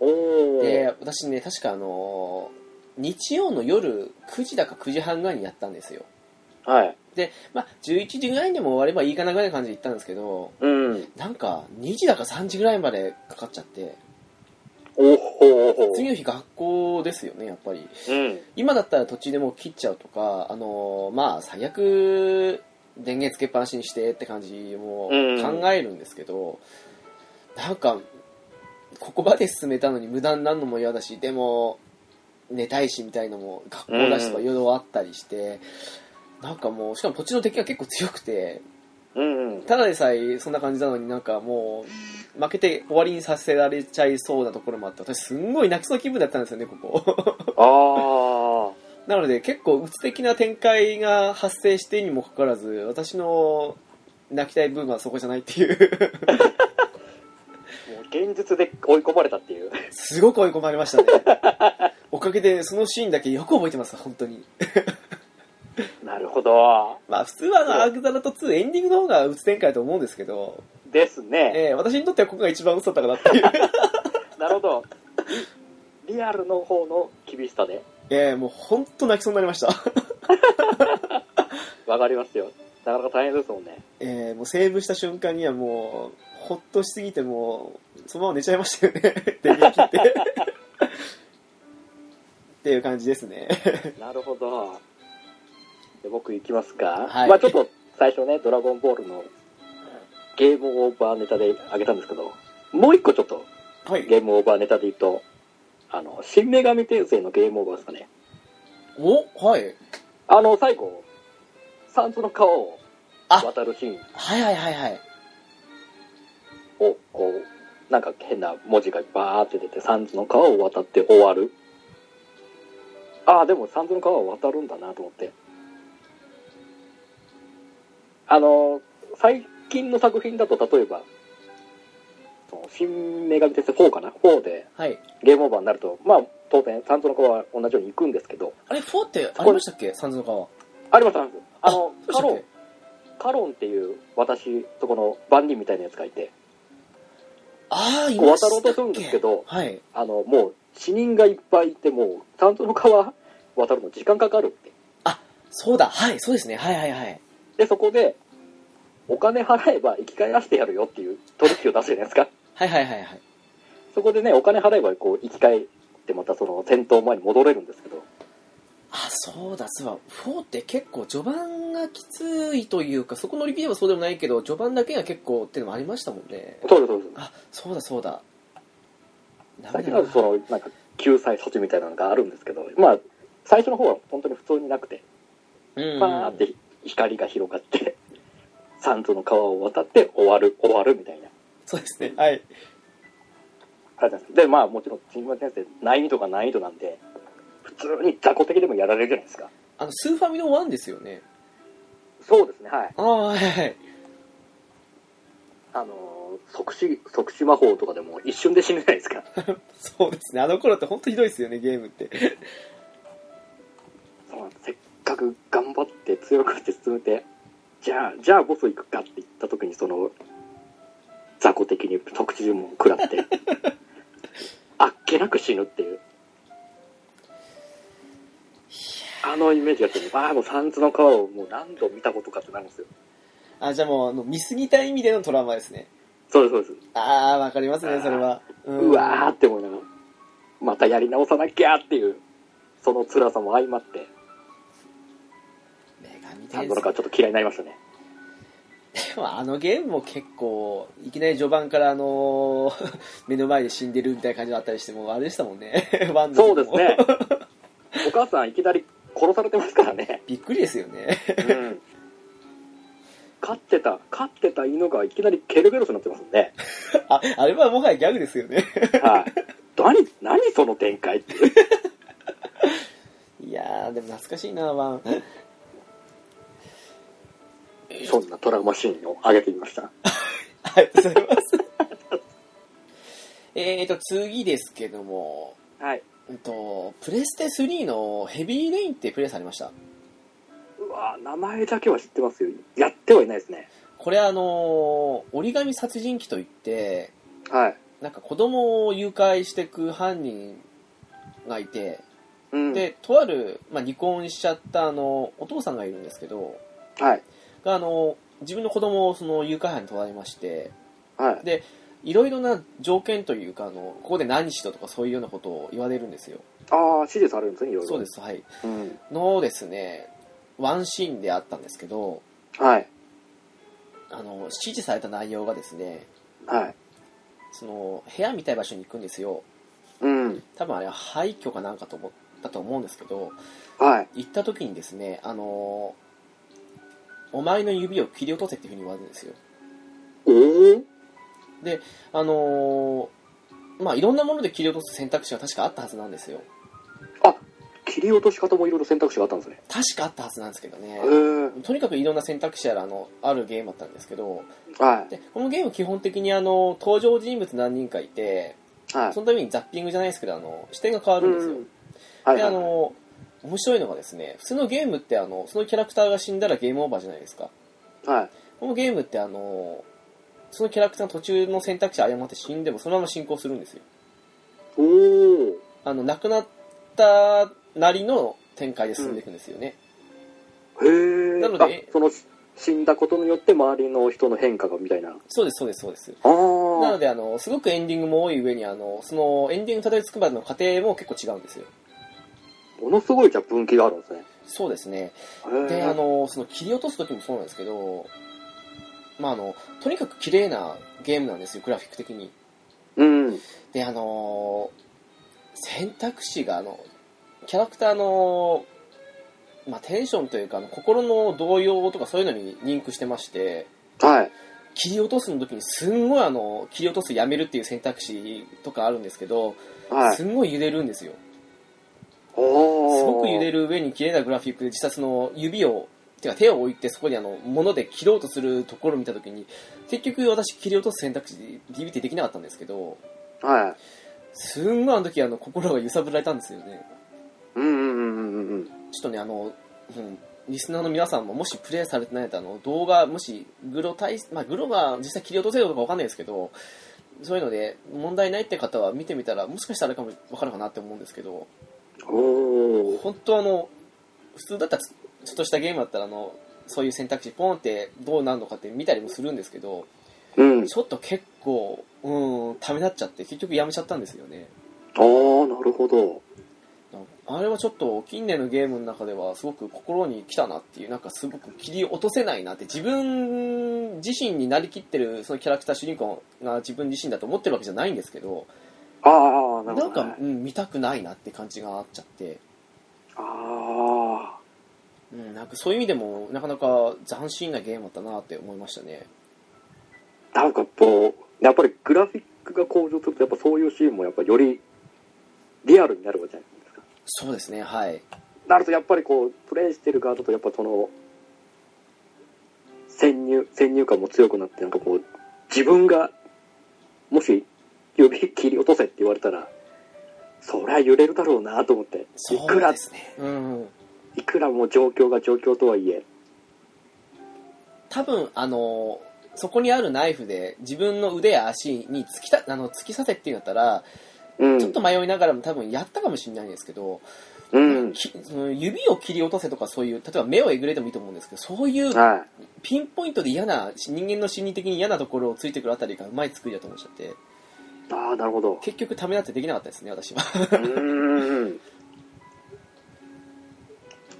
おー。
で、私ね、確かあのー日曜の夜9時だか9時半ぐらいにやったんですよ。
はい。
で、まあ、11時ぐらいにでも終わればいいかなぐらいの感じで行ったんですけど、
うん。
なんか、2時だか3時ぐらいまでかかっちゃって、
おほおほ。
次の日学校ですよね、やっぱり。
うん。
今だったら途中でもう切っちゃうとか、あのーまあ、最悪、電源つけっぱなしにしてって感じも
うん
考えるんですけど、なんか、ここまで進めたのに無駄になるのも嫌だし、でも、寝たいしみたいのも学校だしとか
う
い
ん
ろいろあったりして、なんかもう、しかも土地の敵が結構強くて、
うんうん。
ただでさえそんな感じなのになんかもう、負けて終わりにさせられちゃいそうなところもあって、私すんごい泣きそうな気分だったんですよね、ここ。
あ
なので結構鬱的な展開が発生してにもかかわらず私の泣きたい部分はそこじゃないっていう
ー。もう現実で追い込まれたっていう。
すごく追い込まれましたねおかげでそのシーンだけよく覚えてます本当に
なるほど。
まあ普通はあのアークザラと2エンディングの方が鬱展開だと思うんですけど、
ですね。
ええ私にとってはここが一番嘘だったかなっていう
なるほど。リリアルの方の厳しさで。
ええもう本当泣きそうになりました
わかりますよ。なかなか大変ですもんね。
ええもうセーブした瞬間にはもうほっとしすぎてもうそのまま寝ちゃいましたよね電源切ってっていう感じですね
なるほど。で僕行きますか。
はい
まあちょっと最初ね、ドラゴンボールのゲームオーバーネタであげたんですけど、もう一個ちょっと
はい。
ゲームオーバーネタで言うと、あの、新女神転生のゲームオーバーですかね。
おはい。
あの、最後、山荘の川を
あ
渡るシーン
はいはいはいはい。
を、こう、なんか変な文字がバーって出て、山荘の川を渡って終わる。ああ、でも山荘の川を渡るんだなと思って。あの、最近の作品だと、例えば、その新女神転生4かな ?4 で
はい。
ゲームオーバーになると、まあ、当然、山荘の川は同じように行くんですけど、
あれ、4ってありましたっけ三途の川。
あります、あります。あの、
そうでした
カ
っ
ロン
け、
カロンっていう、私、そこの番人みたいなやつがいて、
ああ、い
こう
ました
渡
っけ
ろうとするんですけど
はい。
あの、もう、死人がいっぱいいて、もう、担当の川渡るの時間かかるって。
そうだ。はい。そうですね。はいはいはい。
で、そこで、お金払えば生き返らせてやるよっていう取引を出すじゃないですか。
はいはいはいはい。
そこでね、お金払えば、こう、生き返って、またその、戦闘前に戻れるんですけど、
あ、そうだ。そうだ。4って結構序盤がきついというか、そこのリピではそうでもないけど、序盤だけが結構っていうのもありましたもんね。
そうです、そうです。
あ、そうだそうだ。ダメ
最
だ
近
な
はそのなんか救済措置みたいなのがあるんですけどまあ最初の方は本当に普通になくて
うん
バーって光が広がって三途の川を渡って終わる終わるみたいな
そうですねはい
感じなんですでまあもちろん新聞先生難易度が難易度なんで普通に雑魚的でもやられるじゃないですか
あのスーファミの1ですよね
そうですねはい
ああはいはい
あのー即死即死魔法とかでも一瞬で死ぬじゃないですか
そうですねあの頃って本当ひどいですよねゲームって
そうなんですせっかく頑張って強くして進めてじゃあじゃあボス行くかって言った時にその雑魚的に特殊呪文を食らって あっけなく死ぬっていうあのイメージがするああもう三途の川をもう何度見たことかってなるんですよ
あじゃあもうあの見過ぎた意味でのトラウマですね
そうですそうです、
ああわかりますねそれはう
うわーって思いながらまたやり直さなきゃっていうその辛さも相まって
女神
三
転
途の
生
川ちょっと嫌いになりましたね
でもあのゲームも結構いきなり序盤からあのー 目の前で死んでるみたいな感じだったりしてもうあれでしたもんね ワンの
そ
時
う
も
ですね お母さんいきなり殺されてますからね
びっくりですよね
飼ってた飼ってた犬がいきなりケルベロスになってますもんね、
ああれはもはやギャグですよね
はい、何何その展開っていう
いやーでも懐かしいなワン
そんなトラウマシーンを上げてみました
はい、ございます。 えーと、次ですけども、
はい
うんと、プレステ3のヘビーレインってプレイされました。
うわ名前だけは知ってますよやってはいないですね
これあのー折り紙殺人鬼といって、
はい
なんか子供を誘拐してく犯人がいて、
うん
で、とある、まあ、離婚しちゃったあの、お父さんがいるんですけど、
はい
があの、自分の子供をその誘拐犯に取られまして、
はい
いろいろな条件というか、あの、ここで何しろとかそういうようなことを言われるんですよ。
ああ指示されるんですねいろいろ
そうです、はい。
す、うん、
のですねワンシーンであったんですけど
はい
あの指示された内容がですね
はい
その部屋みたいな場所に行くんですよ
うん
多分あれは廃墟かなんかと思ったと思うんですけど
はい
行った時にですねあのお前の指を切り落とせっていうふうに言われるんですよ
おお
あのまあいろんなもので切り落とす選択肢が確かあったはずなんですよ
切り落とし方もいろいろ選択肢があったんですね
確かあったはずなんですけどね
へえ
とにかくいろんな選択肢やらあのあるゲームだったんですけど
はい
でこのゲーム基本的にあの登場人物何人かいて
はい
そのためにザッピングじゃないですけど、あの、視点が変わるんですよ。
うんはい
で、
は
あ
いはい
の、面白いのがですね、普通のゲームって、あの、そのキャラクターが死んだらゲームオーバーじゃないですか。
はい
このゲームって、あの、そのキャラクターの途中の選択肢誤って死んでも、そのまま進行するんですよ。
おお
あの、亡くなったなりの展開で進んでいくんですよね。
へえ。
なので
あそのし死んだことによって周りの人の変化がみたいな。あ
そうです、そうです、そうです。
あ。
なので、あの、すごくエンディングも多い上に、あの、その、エンディングにたどり着くまでの過程も結構違うんですよ。
ものすごいじゃあ分岐があるんですね。
そうですね。
へえ
であ、のその切り落とす時もそうなんですけど、まあ、あのとにかく綺麗なゲームなんですよグラフィック的に
うん。
であの選択肢があのキャラクターの、まあ、テンションというかあの心の動揺とかそういうのにリンクしてまして
はい。
切り落とすの時にすんごいあの切り落とすやめるっていう選択肢とかあるんですけど
はい。
すんごい揺れるんですよ
お
すごく揺れ
る。
る上に綺麗なグラフィックで自殺の指をてか手を置いてそこにあの物で切ろうとするところを見た時に結局私切り落とす選択肢でビビってできなかったんですけど
はい。
すんごいあの時あの心が揺さぶられたんですよね
うんうんうんうんうん。
ちょっとねあの、うん、リスナーの皆さんももしプレイされてないとあの動画もしグロ対、まあ、グロが実際切り落とせるのかわかんないですけどそういうので問題ないって方は見てみたらもしかしたらあれかもわかるかなって思うんですけど
おお。
本当あの普通だったらちちょっとしたゲームだったらあのそういう選択肢ポンってどうなるのかって見たりもするんですけど
うん。
ちょっと結構うんためらっちゃって結局やめちゃったんですよね
ああ、なるほど。
あれはちょっと近年のゲームの中ではすごく心に来たなっていうなんかすごく切り落とせないなって自分自身になりきってるそのキャラクター主人公が自分自身だと思ってるわけじゃないんですけど
あああああ、なる
な
ほ
ん
ど、
か
ね、。
うん、見たくないなって感じがあっちゃって、
あ
うん、なんかそういう意味でもなかなか斬新なゲームだったなって思いましたね
あ、なんかこう、やっぱりグラフィックが向上すると、やっぱそういうシーンもやっぱよりリアルになるわけじゃないですか。
そうですねはい
なるとやっぱりこう、プレイしてる側だとやっぱその、先入、先入観も強くなって、なんかこう、自分が、もし指切り落とせって言われたら、そりゃ揺れるだろうなと思って、い
そ
く
う
ら
で、すねうん
いくらもう状況が状況とはいえ、
多分あのそこにあるナイフで自分の腕や足に突きたあの突き刺せって言うんだったら、
うん、
ちょっと迷いながらも多分やったかもしれないんですけど、
うん、
きその指を切り落とせとかそういう例えば目をえぐれてもいいと思うんですけどそういう
はい。
ピンポイントで嫌な人間の心理的に嫌なところをついてくるあたりがうまい作りだと思っちゃって
ああ、なるほど。
結局ためらってできなかったですね私は
うーん。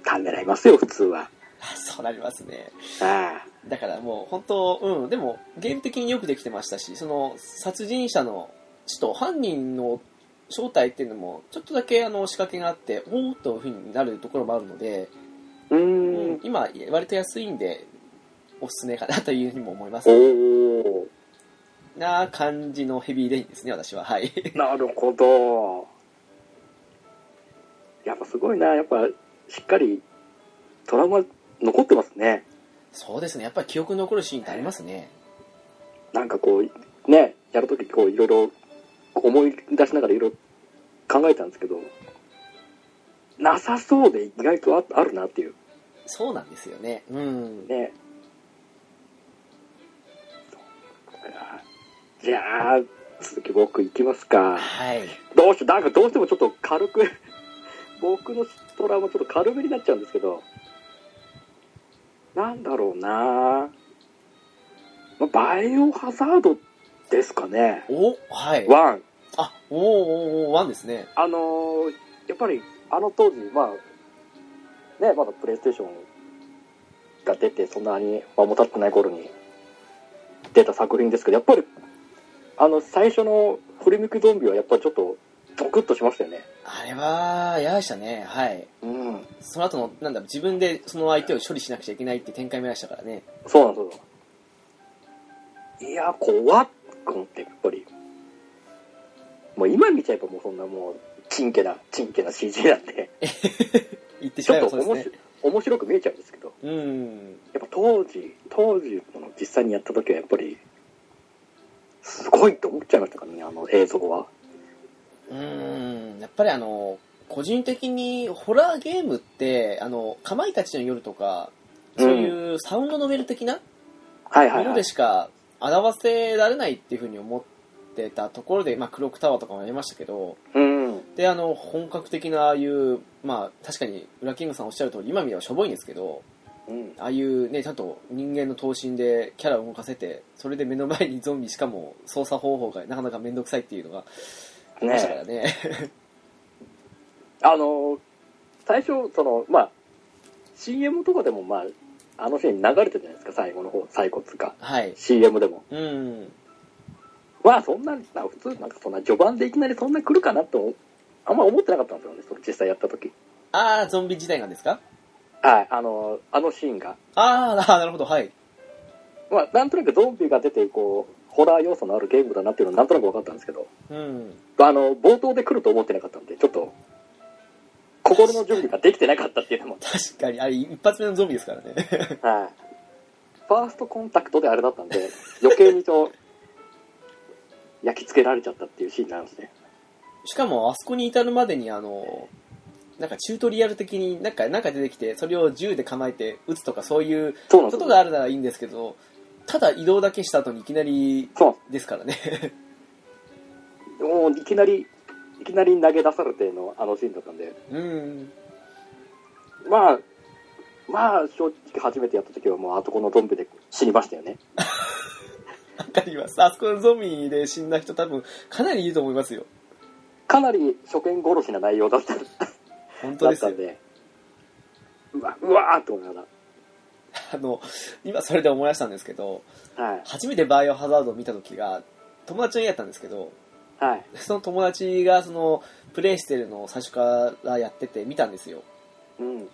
ためらいますよ、普通は。
そうなりますね
あ
だからもう本当うんでもゲーム的によくできてましたしその殺人者のちょっと犯人の正体っていうのもちょっとだけあの仕掛けがあっておおっというふうになるところもあるので、
う
うん
ん。
今割と安いんでおすすめかなというふうにも思います
おお
な感じのヘビーレインですね私ははい
ーなるほど。やっぱすごいな。やっぱ、しっかり、トラウマ残ってますね。
そうですねやっぱり記憶に残るシーンってありますね
なんかこう、ね、やるときこう、いろいろ、思い出しながらいろいろ考えたんですけど、なさそうで意外とああるなっていう。
そうなんですよねうん
ねじゃあ続き僕いきますか
はい
どうしようなんかどうしてもちょっと軽く 僕のトラウマちょっと軽めになっちゃうんですけどなんだろうな、まあ、バイオハザードですかね
おはい
ワン
あおーおーおーワンですね
あのーやっぱりあの当時まあねまだプレイステーションが出てそんなに間も経ってない頃に出た作品ですけどやっぱりあの最初の「振り向くゾンビ」はやっぱりちょっとドクッとしましたよね
あれは嫌でしたねはい
うん
その後のなんだ自分でその相手を処理しなくちゃいけないって展開もありましたからね
そうなんですよいや怖っと思ってやっぱりもう今見ちゃえばもうそんなもうチンケなチンケな CG なんで
言ってし
ち
ま
ょ
え
っ
ば
と
そうです
面
ね
白面白く見えちゃうんですけど
うん
やっぱ当時、当時、この実際にやった時はやっぱり、すごいと思っちゃいましたからね、あの映像は。
うんやっぱりあの個人的にホラーゲームってあのかまいたちの夜とかそういうサウンドノベル的な
はいは
も
い、
の
はい
で。しか表せられないっていうふうに思ってたところで、まあ、クロックタワーとかもありましたけど
うん。
であの本格的なああいう、まあ、確かに裏キングさんおっしゃる通り今見ればしょぼいんですけど
うん。
ああいうねちゃんと人間の闘身でキャラを動かせてそれで目の前にゾンビしかも操作方法がなかなか面倒くさいっていうのがありましたから
ね
ね
あの、最初、その、まあ、CM とかでもまあ、あのシーン流れてるじゃないですか、最後の方、最後っつうか。
はい
CM でも。
うん
まあ、そんな、な普通、なんかそんな序盤でいきなりそんな来るかなと、あんま思ってなかったんですよね、その実際やった時。
ああゾンビ時代がですか
はい、あの、あのシーンが。
あーあーなるほどはい
まあ、なんとなくゾンビが出て、こう、ホラー要素のあるゲームだなっていうのはなんとなく分かったんですけど。
うん
あの冒頭で来ると思ってなかったんでちょっと心の準備ができてなかったっていう のも
確かにあれ一発目のゾンビですからね
はいファーストコンタクトであれだったんで余計にと焼き付けられちゃったっていうシーンなんですね
しかもあそこに至るまでにあのなんかチュートリアル的になんかなんか出てきてそれを銃で構えて撃つとかそういう
そうなん
こ
で
と
すよ
があるならいいんですけどただ移動だけした後にいきなり
そうなんで
ですからね
すもういきなりいきなり投げ出されてのあのシーンだったんで
うん
まあまあ正直初めてやった時はもうあそこのゾンビで死にましたよね
わかりますあそこのゾンビで死んだ人多分かなりいると思いますよ
かなり初見殺しな内容だった
本当
だっ
です
た
よ
んでうわうわーっと思いなが
あの今それで思い出したんですけど
らはい
初めてバイオハザードを見た時が友達の家やったんですけど
はい。
その友達がそのプレイしてるのを最初からやってて見たんですよ
うん。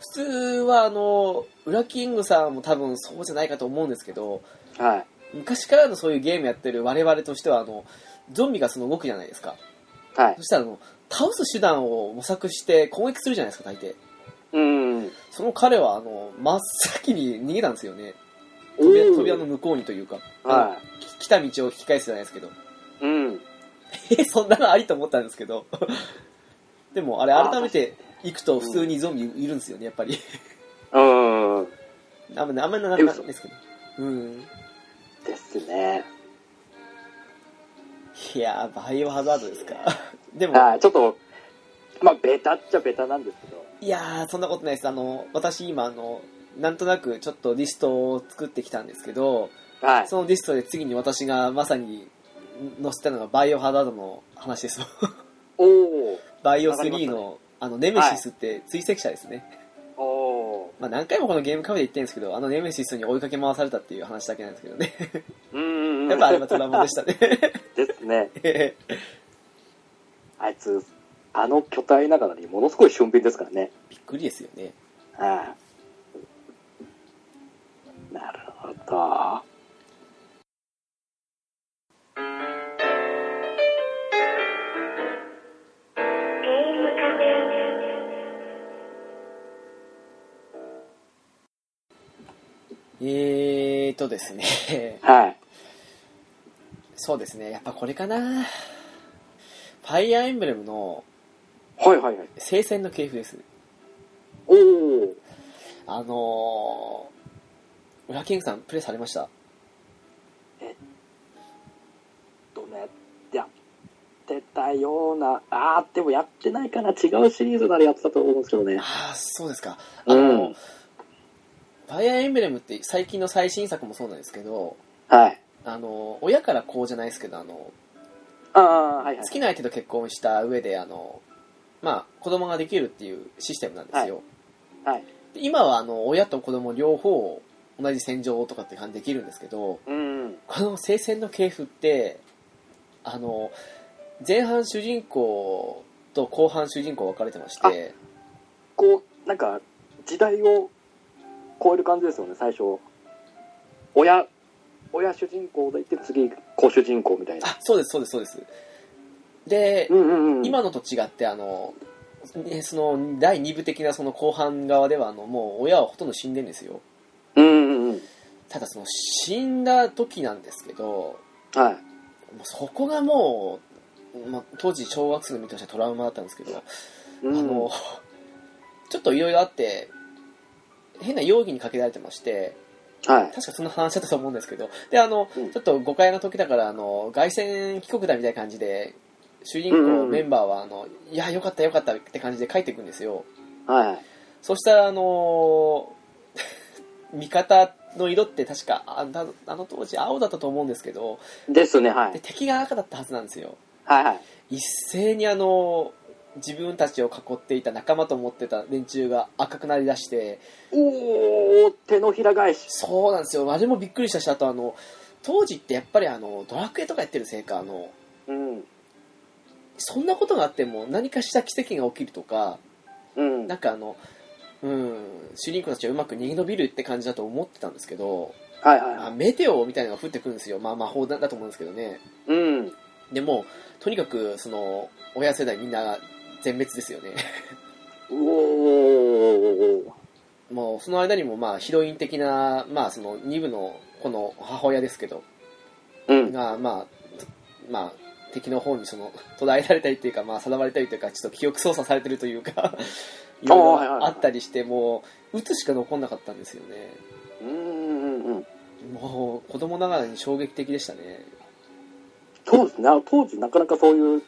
普通はあの裏キングさんも多分そうじゃないかと思うんですけど
はい。
昔からのそういうゲームやってる我々としてはあのゾンビがその動くじゃないですか
はい
そ。したらあの倒す手段を模索して攻撃するじゃないですか大抵
うん。
その彼はあの真っ先に逃げたんですよね
お
扉
ー
扉の向こうにというか、
は
あのき来た道を引き返すじゃないですけど
い。うん。
え そんなのありと思ったんですけど でもあれ
あー
改めて行くと普通にゾンビいるんですよねやっぱり
うん。
あんまりあんまりな
え
な
嘘
んですけどうん
ですね。
いやーバイオハザードです かでも
はい。ちょっと、まあ、ベタっちゃベタなんですけど。
いやーそんなことないですあの私今あのなんとなくちょっとリストを作ってきたんですけど
はい。
そのリストで次に私がまさに載せたのがバイオハザードの話 です
おー。
バイオ
わかりま
3
した
の,、あのネメシスって追跡者ですね、
おー。
まあ、何回もこのゲームカフェで言ってるんですけどあのネメシスに追いかけ回されたっていう話だけなんですけどね
うん。
やっぱあれはトラウマでした ね
ですね。
ええ
あいつ、あの巨体ながらにものすごい俊敏ですからね。
びっくりですよね
はい。なるほど。
えーとですね
はい。
そうですねやっぱこれかなファイアーエンブレムの
はいはいはい。
聖戦の系譜です
おー。
あのー、裏キングさんプレイされました
どね、やってたような、あー、でもやってないかな。違うシリーズならやってたと思うんですけどね。
ああそうですかあ
う
の、
ん。
ファイアーエンブレムって最近の最新作もそうなんですけど
はい。
あの親からこうじゃないですけどあの
ああ、はいは
好。
い
きな相手と結婚した上であの、まあ、子供ができるっていうシステムなんですよ、
はい。
で今はあの親と子供両方同じ戦場とかって感じできるんですけど
うん。
この聖戦の系譜ってあの前半主人公と後半主人公分かれてまして
こう、なんか、時代を超える感じですよね、最初。親、親主人公でいて、次、子主人公みたいな。
あそうですそうですそうですで
うんうんうん。
今のと違ってあの、ね、その第2部的なその後半側ではあのもう親はほとんど死んでるんですよ
うんうんうん。
ただその死んだ時なんですけど
はい。
もうそこがもう、まあ、当時小学生の見としてはトラウマだったんですけど、
うん
あのちょっといろいろあって変な容疑にかけられてまして
はい。
確かそんな話だったと思うんですけどであの、
うん
ちょっと誤解の時だからあの凱旋帰国だみたいな感じで主人
うんうん
公
うん
メンバーはあの、いやよかったよかったって感じで帰っていくんですよ、
はい。
そしたら、あのー 味方の色って確かああのあの当時青だったと思うんですけど
ですね、は
で
い。
敵が赤だったはずなんですよ
はいはい。
一斉にあの自分たちを囲っていた仲間と思ってた連中が赤くなりだして
おー、手のひら返し。
そうなんですよあれもびっくりしたしあとあの当時ってやっぱりあのドラクエとかやってるせいかあの
うん。
そんなことがあっても何かした奇跡が起きるとか
うん。
な
は
んかあのうん主人公たちはうまく逃げ延びるって感じだと思ってたんですけど
いはい
あ
はい。
メテオみたいなのが降ってくるんですよ、まあ、魔法だだと思うんですけどね
うん。
でもとにかくその親世代みんな全滅ですよね
おー。
もうその間にもまあヒロイン的な、まあ、その2部のこの母親ですけど
うん。
がまあ、まあ、敵の方にその捕らえられたりというか、まあ、さらわれたりというかちょっと記憶操作されてるというか いろい
はいはいは
ろ
い
あったりしてもう打つしか残んなかったんですよね
うんうんうん。
もう子供ながらに衝撃的でしたね
そうですね。あの当時なかなかそういう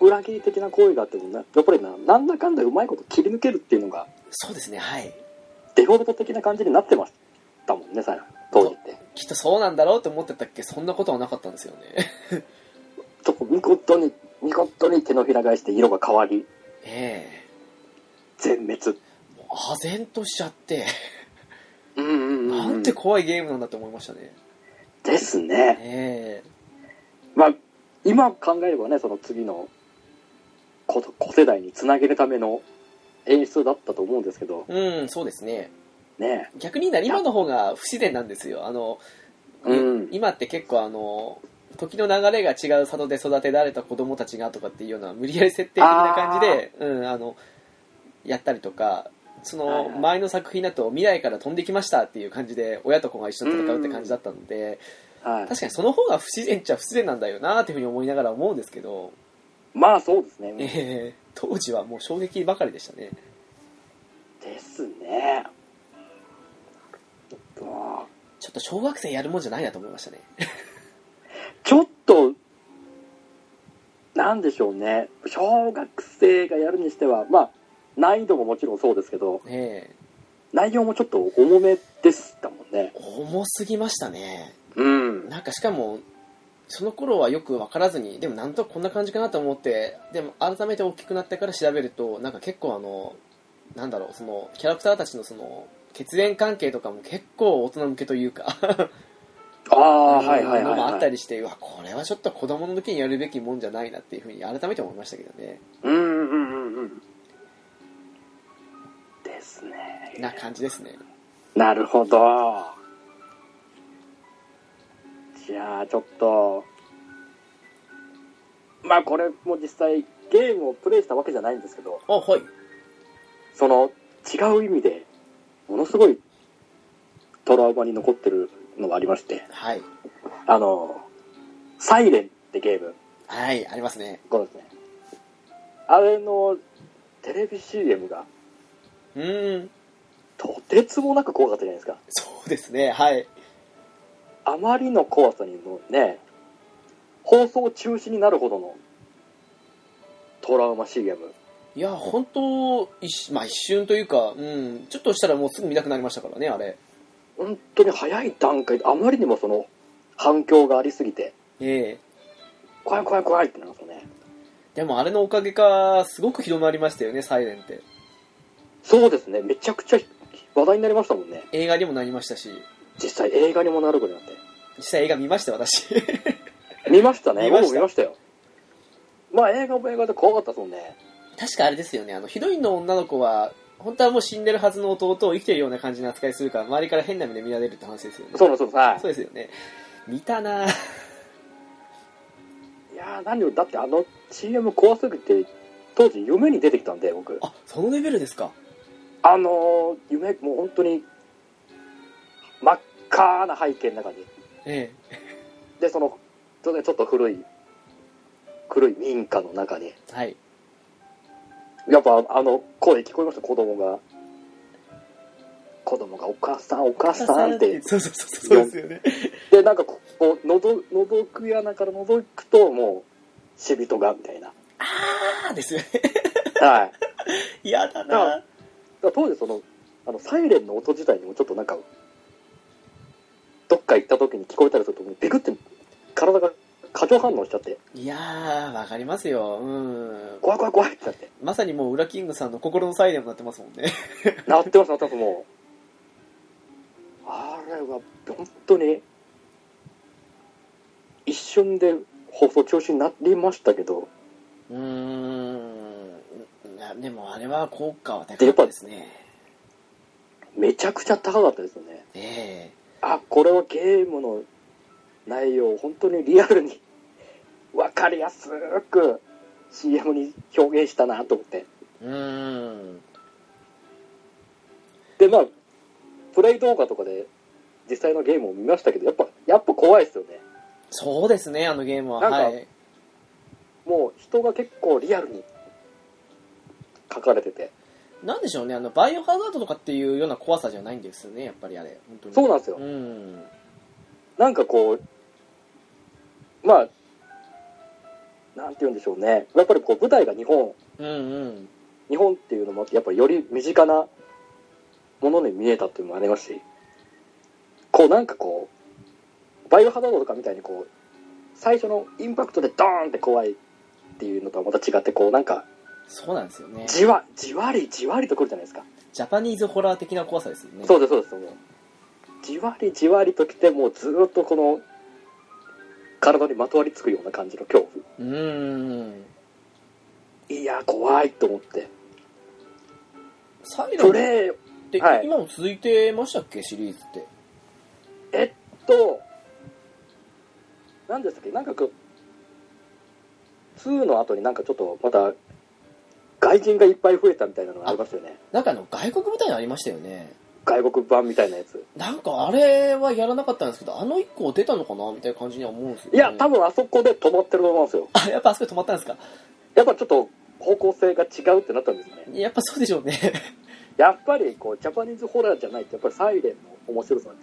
裏切り的な行為があってもね、やっぱりな、なんだかんだうまいこと切り抜けるっていうのが
そうですねはい
デフォルト的な感じになってましたもんね、さ当時って。
きっとそうなんだろうって思ってたっけそんなことはなかったんですよね
ちょっと見事に、見事に手のひら返して色が変わり、
え
全滅。
えもう唖然としちゃって
うんうんうん。
なんて怖いゲームなんだって思いましたね
ですね。
ええ
まあ、今考えればねその次の子子世代につなげるための演出だったと思うんですけど
うん、そうですね。
ね
逆にな今の方が不自然なんですよ。あの、
うん
今って結構あの、時の流れが違う里で育てられた子供たちがとかっていうような無理やり設定的な感じで、うん、あの、やったりとか、そ
は
の
いはい
前の作品だと未来から飛んできましたっていう感じで親と子が一緒に戦うって感じだったので、
はい
確かにその方が不自然っちゃ不自然なんだよなっていうふうに思いながら思うんですけど、
まあそうですね
えー当時はもう衝撃ばかりでしたね。
ですねまあ
ちょっと小学生やるもんじゃないなと思いましたね。
ちょっとなんでしょうね小学生がやるにしてはまあ難易度ももちろんそうですけど
え
内容もちょっと重めでしたもんね
ー重すぎましたね。
うん
なんかしかもその頃はよく分からずにでもなんとなくこんな感じかなと思ってでも改めて大きくなってから調べるとなんか結構あのなんだろうそのキャラクターたちのその血縁関係とかも結構大人向けというか
ああ
うん
はいはいはい、
のもあっ
は
た
い、
りしてうわこれはちょっと子供の時にやるべきもんじゃないなっていうふうに改めて思いましたけどね
うんうんうんうんですね
な感じですね
なるほど。じゃあ、ちょっと、まあこれも実際ゲームをプレイしたわけじゃないんですけど、
あはい
その違う意味で、ものすごいトラウマに残ってるのがありまして、
はい
あの、サイレンってゲーム、
はいありますね
これですね。あれのテレビ CM が
うん
とてつもなく怖かったじゃないですか。
そうですねはい
あまりの怖さにもうね、放送中止になるほどのトラウマ CM。
いや本当一瞬まあ一瞬というかうんちょっとしたらもうすぐ見たくなりましたからねあれ
本当に早い段階で、あまりにもその反響がありすぎて、
ええ
怖い怖い怖いってなるんですよね。
でもあれのおかげかすごく広まりましたよね「サイレンって
そうですね、めちゃくちゃ話題になりましたもんね。
映画にもなりましたし
実際映画にもなるぐらいになっ
実際映画見ましたよ私
て。見ましたね、
見ました
僕も見ましたよ。まあ映画も映画で怖かったですもんね。
確かあれですよねあのヒロインの女の子は本当はもう死んでるはずの弟を生きてるような感じの扱いするから周りから変な目で見られるって話ですよね
そうなんですそうなんです
そ
は
うですよね見たな
い。いやー何より、だってあの CM 怖すぎて、当時夢に出てきたんで、僕。
あそのレベルですか
あのー夢もう本当に真っ赤な背景の中に
え
でそのちょっとちょっと古い古い民家の中に
えはい
やっぱあの声聞こえました子供が子供が「お母さんお母さん」って
そうそうそうそうですよね
でなんかこうのぞのぞく穴からのぞくともう死人がみたいな
ああですよね
はい
嫌だ
あ
な
だから当時そのあのサイレンの音自体にもちょっとなんかどっか行った時に聞こえたりするともうビクって体が過剰反応しちゃって
いやーわかりますようん
怖い怖い怖いってなって
まさにもうウラキングさんの心のサイレンになってますもんね
なってますなってますもうあれは本当に一瞬で放送中止になりましたけど
うーんなでもあれは効果は高かったですね
めちゃくちゃ高かったですよね
え
あこれはゲームの内容を本当にリアルに分かりやすく CM に表現したなと思って
えうーん
でまあプレイ動画とかで実際のゲームを見ましたけどやっぱやっぱ怖いですよね
そうですねあのゲームは
なんか
はい
もう人が結構リアルに書かれてて
なんでしょうねあのバイオハザードとかっていうような怖さじゃないんですよねやっぱりあれ本当に
そうなんですよ
うん
なんかこうまあなんて言うんでしょうねやっぱりこう舞台が日本
うんうん
日本っていうのもやっぱりより身近なものに見えたっていうのもありますしこうなんかこうバイオハザードとかみたいにこう最初のインパクトでドーンって怖いっていうのとはまた違ってこうなんか
そうなんですよね
じわじわりじわりとくるじゃないですか
ジャパニーズホラー的な怖さですよね
そうですそうですもうじわりじわりときてもうずーっとこの体にまとわりつくような感じの恐怖
うーん
いや怖いと思って
サイロ
プ
ンっ
レイ
て
はい
今も続いてましたっけシリーズって
えっと何でしたっけなんかこう2の後になんかちょっとまた外人がいっぱい増えたみたいなのがありましたよね
なんかあの外国舞台のありましたよね
外国版みたいなやつ
なんかあれはやらなかったんですけどあの1個出たのかなみたいな感じには思うんですよ、ね、
いや多分あそこで止まってると思うんですよ
あやっぱあそこで止まったんですか
やっぱちょっと方向性が違うってなったんですね
やっぱそうでしょうね
やっぱりこうジャパニーズホラーじゃないとやっぱりサイレンの面白さは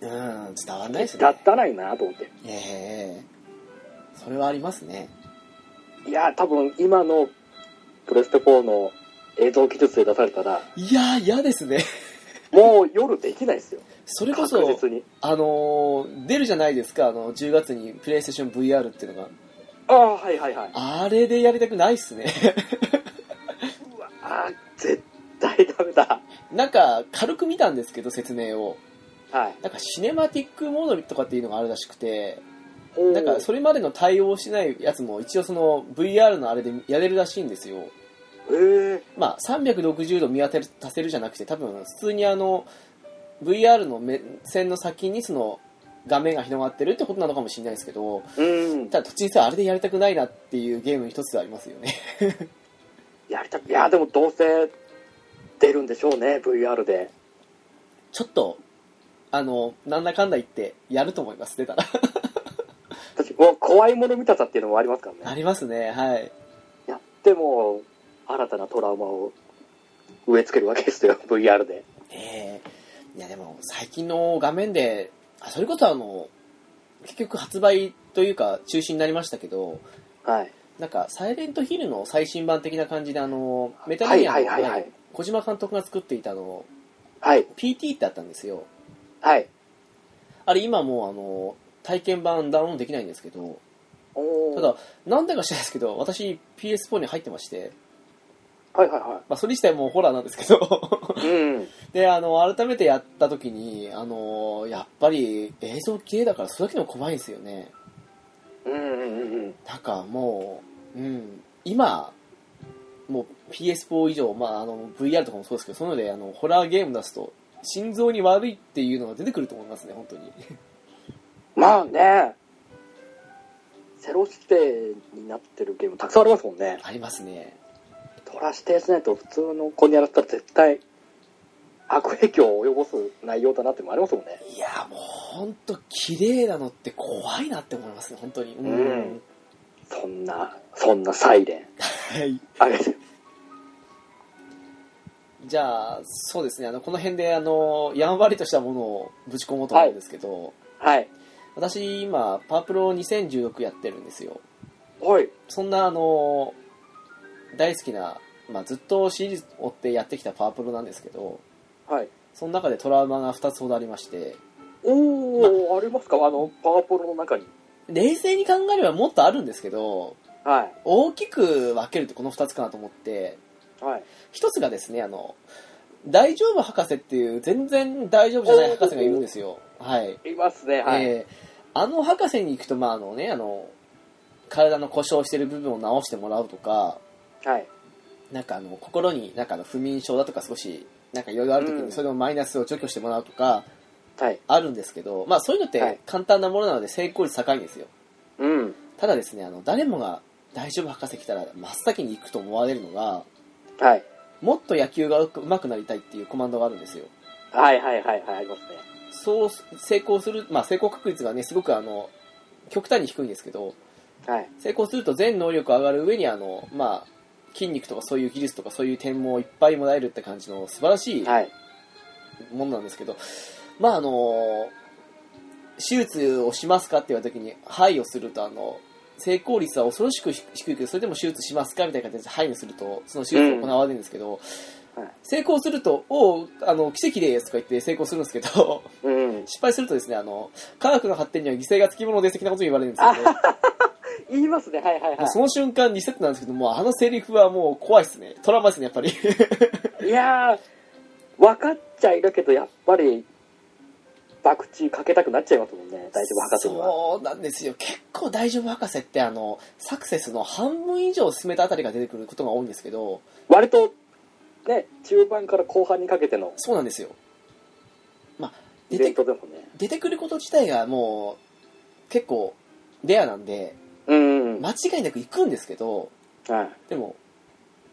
うん伝わんないです
だっ
ね
たないなと思って
ええそれはありますね
いや多分今のプレステ4の映像技術で出されたら
いやー嫌ですね
もう夜できないですよ
それこ
確
そ
実に
あのー出るじゃないですかあの10月にプレイステーション VR っていうのが
ああはいはいはい
あれでやりたくないっすね
うわあー絶対ダメだ
なんか軽く見たんですけど説明を
はい
なんかシネマティックモードとかっていうのがあるらしくて
おー
なんかそれまでの対応しないやつも一応その VR のあれでやれるらしいんですよ
ええ
まあ360度見渡せるじゃなくて多分普通にあの VR の目線の先にその画面が広がってるってことなのかもしれないですけど
うん
ただ途中にさあれでやりたくないなっていうゲーム一つありますよね
やりたくいやでもどうせ出るんでしょうね VR で
ちょっとあのなんだかんだ言ってやると思います出たら
私もう怖いもの見たさっていうのもありますからね
ありますねはい
やっても新たなトラウマを植え付けるわけですよ VR で
ええいやでも最近の画面であそれこそあの結局発売というか中止になりましたけど
はい
なんか「サイレントヒル」の最新版的な感じであのメタルギアの、
はいはいはいはい
はい小島監督が作っていたあの
はい
PT ってあったんですよ
はい
あれ今もうあの体験版ダウンロードできないんですけど
お
た
ー
だなんでか知らないですけど私 PS4 に入ってまして、
はいはいは
まあ、それ自体もうホラーなんですけど
いうん
であの改めてやった時にあのやっぱり映像綺麗だからそれだけでも怖いんですよね
うんうんうんうん
なんかもう、うん、今もう PS4 以上、まあ、あの VR とかもそうですけどそういうのであのホラーゲーム出すと心臓に悪いっていうのが出てくると思いますね本当に
まあねセロ指定になってるゲームたくさんありますもんね
ありますね
トラ指定しないと普通の子にやらせたら絶対悪影響を及ぼす内容だなってのもありますもんね
いやもう本当綺麗なのって怖いなって思いますね本当にうん、
うんそんなそんなサイレン
はい
あげて
じゃあそうですねあのこの辺であのやんわりとしたものをぶち込もうと思うんですけど、
はい
私今パワープロ2016やってるんですよ
おい
そんなあの大好きな、まあ、ずっとシリーズ追ってやってきたパワープロなんですけど
はい
その中でトラウマが2つほどありまして
おお、ありますかあのパワーポロの中に
冷静に考えればもっとあるんですけど
は
大きく分けるとこの2つかなと思って
いはい
1つがですねあの大丈夫博士っていう全然大丈夫じゃない博士がいるんですよはい、
いますねはい、
えーあの博士に行くとまああのねあの体の故障してる部分を直してもらうとか
はい
なんかあの心になんかあの不眠症だとか少しなんかいろいろある時
う
に
ん
それのマイナスを除去してもらうとか
はい
あるんですけど、まあそういうのっ
はい
て簡単なものなので成功率高いんですよ
うん
ただですねあの誰もが大丈夫博士来たら真っ先に行くと思われるのが
はい
もっと野球がうまくなりたいっていうコマンドがあるんですよ
はいはいはいはいありますね
そう成功するまあ成功確率がねすごくあの極端に低いんですけど
はい
成功すると全能力上がる上にあのまあ筋肉とかそういう技術とかそういう点もいっぱいもらえるって感じの素晴らしい
はい
もんなんですけど、まああの、手術をしますかって言われた時に、はいをすると、あの、成功率は恐ろしく低いけど、それでも手術しますかみたいな形ではいにすると、その手術が行われるんですけど、
うんはい
成功すると、おうあの、奇跡ですとか言って成功するんですけど、
うん
失敗するとですね、あの、科学の発展には犠牲がつきものです的なことを言われるんですよね。
言いますねはいはい
もうその瞬間リセットなんですけど、もうあのセリフはもう怖いですね。トラウマですね、やっぱり。
いやー分かっちゃいるけどやっぱりバクチーかけたくなっちゃいますもんね、大丈夫博士には。
そうなんですよ結構大丈夫博士ってあのサクセスの半分以上を進めたあたりが出てくることが多いんですけど
割と、ね、中盤から後半にかけての
そうなんですよまあ
イ
出
ベン
て
トでもね。
出てくること自体がもう結構レアなんで
うん。
間違いなく行くんですけど
はい。
でも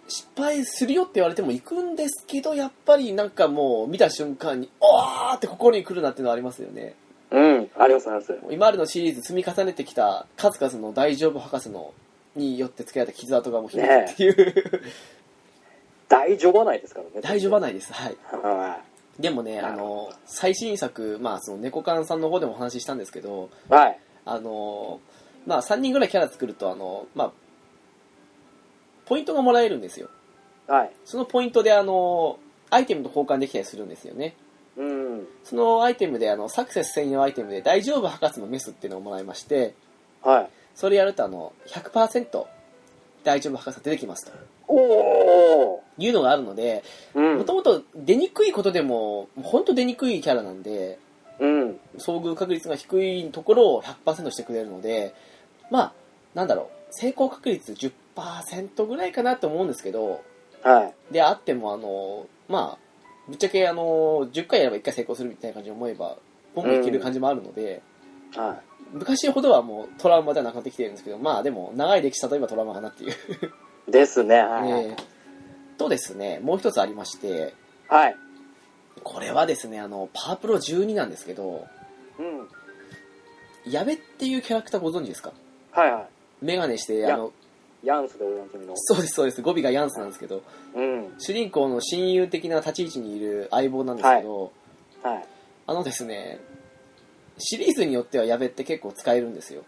失敗するよって言われても行くんですけどやっぱりなんかもう見た瞬間に「おー!」って心に来るなっていうのはありますよね
うん、ありますあります。
今までのシリーズ積み重ねてきた数々の大丈夫博士のによってつけられた傷跡がもうひどいっていう、
大序盤内ですからね。
大丈夫はないですはい
は
でもね
な
あ
るほど
の最新作まあその猫缶さんの方でもお話ししたんですけど
い。はい。
あのまあ3人ぐらいキャラ作るとあのまあポイントがもらえるんですよ
はい。
そのポイントであのアイテムと交換できたりするんですよね
うん。
そのアイテムであのサクセス専用アイテムで大丈夫博士のメスっていうのをもらいまして
はい。
それやるとあの100%大丈夫博士出てきますと
おー
いうのがあるので
うん
もともと出にくいことでも本当出にくいキャラなんで
うん。
遭遇確率が低いところを100%してくれるのでまあなんだろう成功確率10%ぐらいかなと思うんですけど
はい。
であってもあのまあぶっちゃけあの10回やれば1回成功するみたいな感じに思えばボンボンいける感じもあるので、
は
昔ほどはもうトラウマではなくなってきてるんですけどまあでも長い歴史例えばトラウマかなっていう、
い。ですね。
え
はい。
ーとですねもう一つありまして
はい。
これはですねあのパワープロ12なんですけど
うん。
矢部っていうキャラクターご存知ですか
はいは
メガネして
や
あの
い。ヤンスでおなじみの。
そうですそうです語尾がヤンスなんですけど
うん。
主人公の親友的な立ち位置にいる相棒なんですけど、
はい。
あのですねシリーズによっては矢部って結構使えるんですよ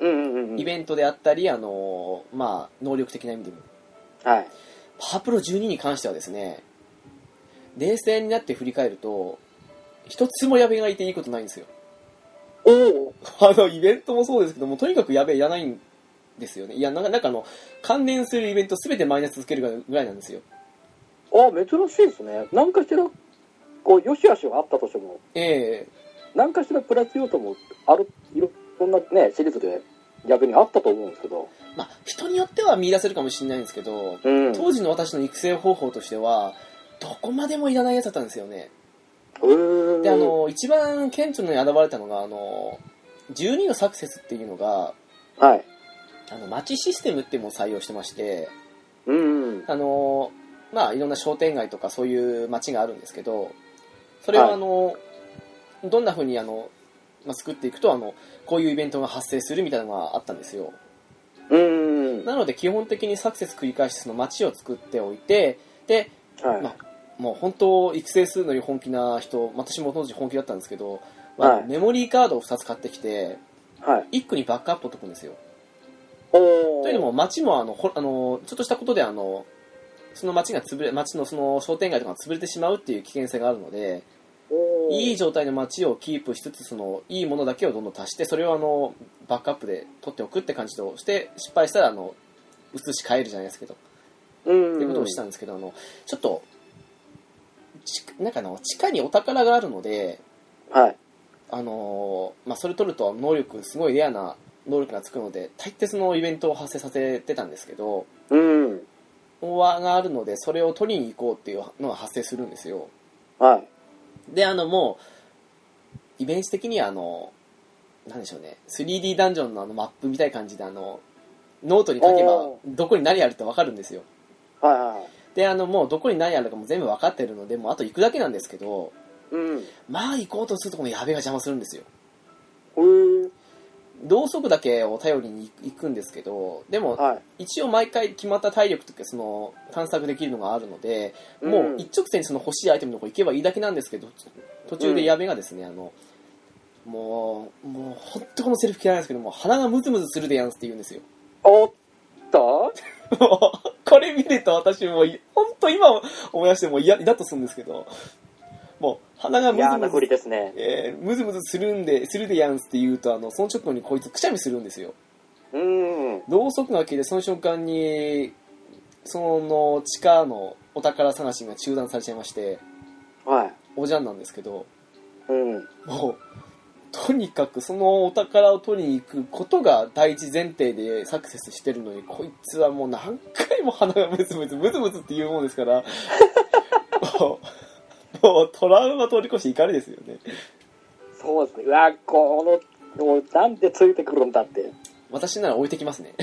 うんうんうん。
イベントであったりあのまあ能力的な意味でも
はい。
パワープロ12に関してはですね冷静になって振り返ると一つも矢部がいていいことないんですよ
おー
あのイベントもそうですけどもとにかく矢部いらないんですよねいやなんかなんかあの関連するイベント全てマイナスつけるぐらいなんですよ
あー珍しいですね。なんかしら、こう、よしあしはあったとしても、
ええ
なんかしらプラス用途もある、いろいろんなね、シリーズで逆にあったと思うんですけど。
まあ人によっては見出せるかもしれないんですけど
うん。
当時の私の育成方法としてはどこまでもいらないやつだったんですよね
う
であ、の一番顕著に現れたのがあの12のサクセスっていうのが
はい。
あの街システムっていうのを採用してまして
うん。
あのまあいろんな商店街とかそういう街があるんですけどそれはあの、どんな風にあの、まあ、作っていくとあのこういうイベントが発生するみたいなのがあったんですよ
うん。は
なので基本的にサクセス繰り返してその街を作っておいてで
い。
まもう本当育成するのに本気な人私も当時本気だったんですけど、まあ
はい
メモリーカードを2つ買ってきて
はい。
1個にバックアップをとくんですよ
おー
というのも町もあのほあのちょっとしたことであのその町が潰れ町のその商店街とかが潰れてしまうっていう危険性があるので
おー
いい状態の町をキープしつつそのいいものだけをどんどん足してそれをあのバックアップで取っておくって感じとして失敗したらあの移し替えるじゃないですけど
うん
ってことをしたんですけど、あのちょっとちなんかあの地下にお宝があるので、
はい。
あのーまあ、それ取ると能力すごいレアな能力がつくので大抵そのイベントを発生させてたんですけど
うん。
大輪があるのでそれを取りに行こうっていうのが発生するんですよ
はい。
であのもうイメージ的にはあのなんでしょうね 3D ダンジョンのあのマップみたいな感じであのノートに書けば
お
どこに何あるって分かるんですよ
はいはい。
であのもうどこに何あるかも全部分かってるのでもうあと行くだけなんですけど
うん。
まあ行こうとするとこの矢部が邪魔するんですよ
へー
同足だけを頼りに行くんですけどでも
はい。
一応毎回決まった体力とかその探索できるのがあるのでもう一直線にその欲しいアイテムのとこ行けばいいだけなんですけど途中で矢部がですね、あのもうもう本当このセリフ嫌いなんですけどもう鼻がムズムズするでやんすって言うんですよ
おっと
もうこれ見ると私もい本当今思い出してもうイライラッとするんですけどもう鼻がムズ
嫌
ム
な
ズ
振りですね。
えームズムズするんで、するでやんすって言うと、あの、その直後にこいつくしゃみするんですよ。
うん。
ろうそくが消えて、その瞬間に、その地下のお宝探しが中断されちゃいまして、
はい。
おじゃんなんですけど、
うん。
もうとにかくそのお宝を取りに行くことが第一前提でサクセスしてるのにこいつはもう何回も鼻がブツブツブツブツって言うもんですからもうもうトラウマ通り越して怒りですよね
そうですね。うわ、この、もうなんでついてくるんだって。
私なら置いてきますね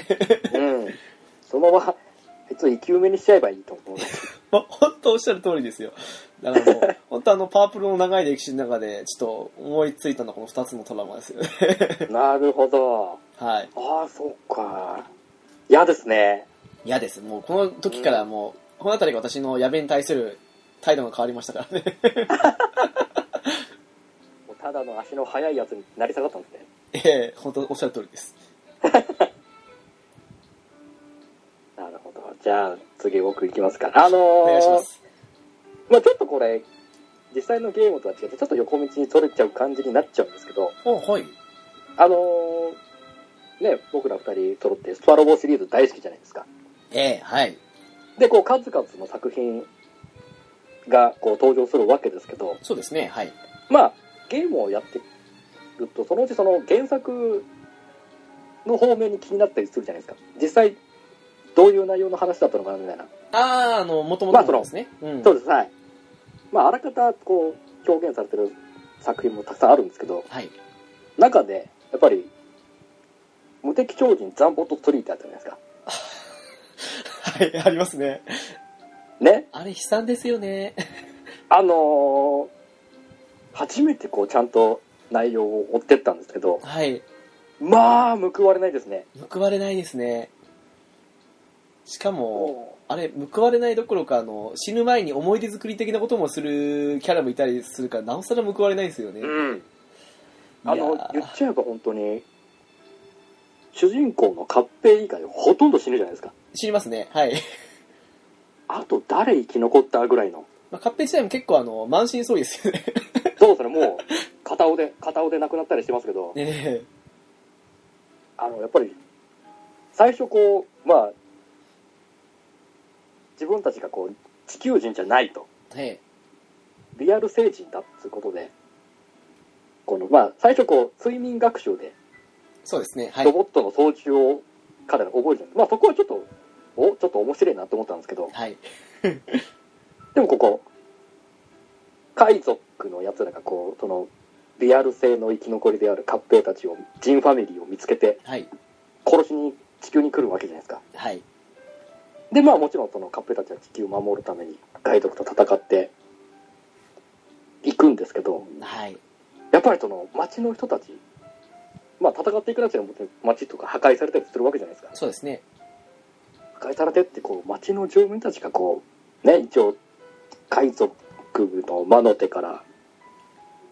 うん。そのまま、別に生き埋めにしちゃえばいいと思う。
もう本当おっしゃる通りですよだからも う本当あのパープルの長い歴史の中でちょっと思いついたのはこの2つのトラウマですよね
なるほど。
はい
ああ、そうか。嫌ですね。
嫌ですもうこの時からもう、この辺りが私の矢部に対する態度が変わりましたからね
もうただの足の速いやつになり下がったんですね。
ええ、本当おっしゃる通りです。
なるほど。じゃあ、次僕行きますから。あのー、
お願いします。
まあちょっとこれ、実際のゲームとは違って、ちょっと横道に取れちゃう感じになっちゃうんですけど、
おはい。
あのーね、僕ら二人揃ってスパロボシリーズ大好きじゃないですか。
ええ、はい。
で、こう、数々の作品がこう登場するわけですけど、
そうですね、はい。
まあゲームをやってると、そのうちその原作の方面に気になったりするじゃないですか。実際、どういう内容の話だったのかなみたいな。
ああ、あの、もとも
ま
と
あその
ですね。うん。
そうです、はい。まああらかた、こう、表現されてる作品もたくさんあるんですけど、
はい。
中でやっぱり無敵超人ザンボットストリートあったじゃないです
は
か
い、ありますね。
ね
あれ、悲惨ですよね。
あのー初めてこうちゃんと内容を追ってったんですけど
はい。
まあ報われないですね
報われないですね。しかも、あれ、報われないどころか、あの、死ぬ前に思い出作り的なこともするキャラもいたりするから、なおさら報われないですよね。
うんあ
いや
の
ー
言っちゃえば本当に主人公のカッペイ以外ほとんど死ぬじゃないですか
死にますね。はい。
あと誰生き残ったぐらいの
まあ、カッペ自体も結構、あの、満身創痍ですよね。
そうですねもう 片腕片腕なくなったりしてますけど
ね
あのやっぱり最初こうまあ自分たちがこう地球人じゃないと
え。はい。
リアル星人だっつうことでこのまあ最初こう睡眠学習で
そうですね。はい
ロ。ボットの操縦を彼ら覚えるじゃないですか、まあそこはちょっとおちょっと面白いなと思ったんですけど
はい。
でもここ海賊のやつらがこうそのリアル性の生き残りであるカッペイたちをジンファミリーを見つけて
はい。
殺しに地球に来るわけじゃないですか
はい。
でまあもちろんそのカップたちは地球を守るために海賊と戦っていくんですけど
はい。
やっぱりその町の人たちまあ戦っていく中でも町とか破壊されたりするわけじゃないですか
そうですね。
破壊されてってこう町の住民たちがこうね一応海賊の魔の手から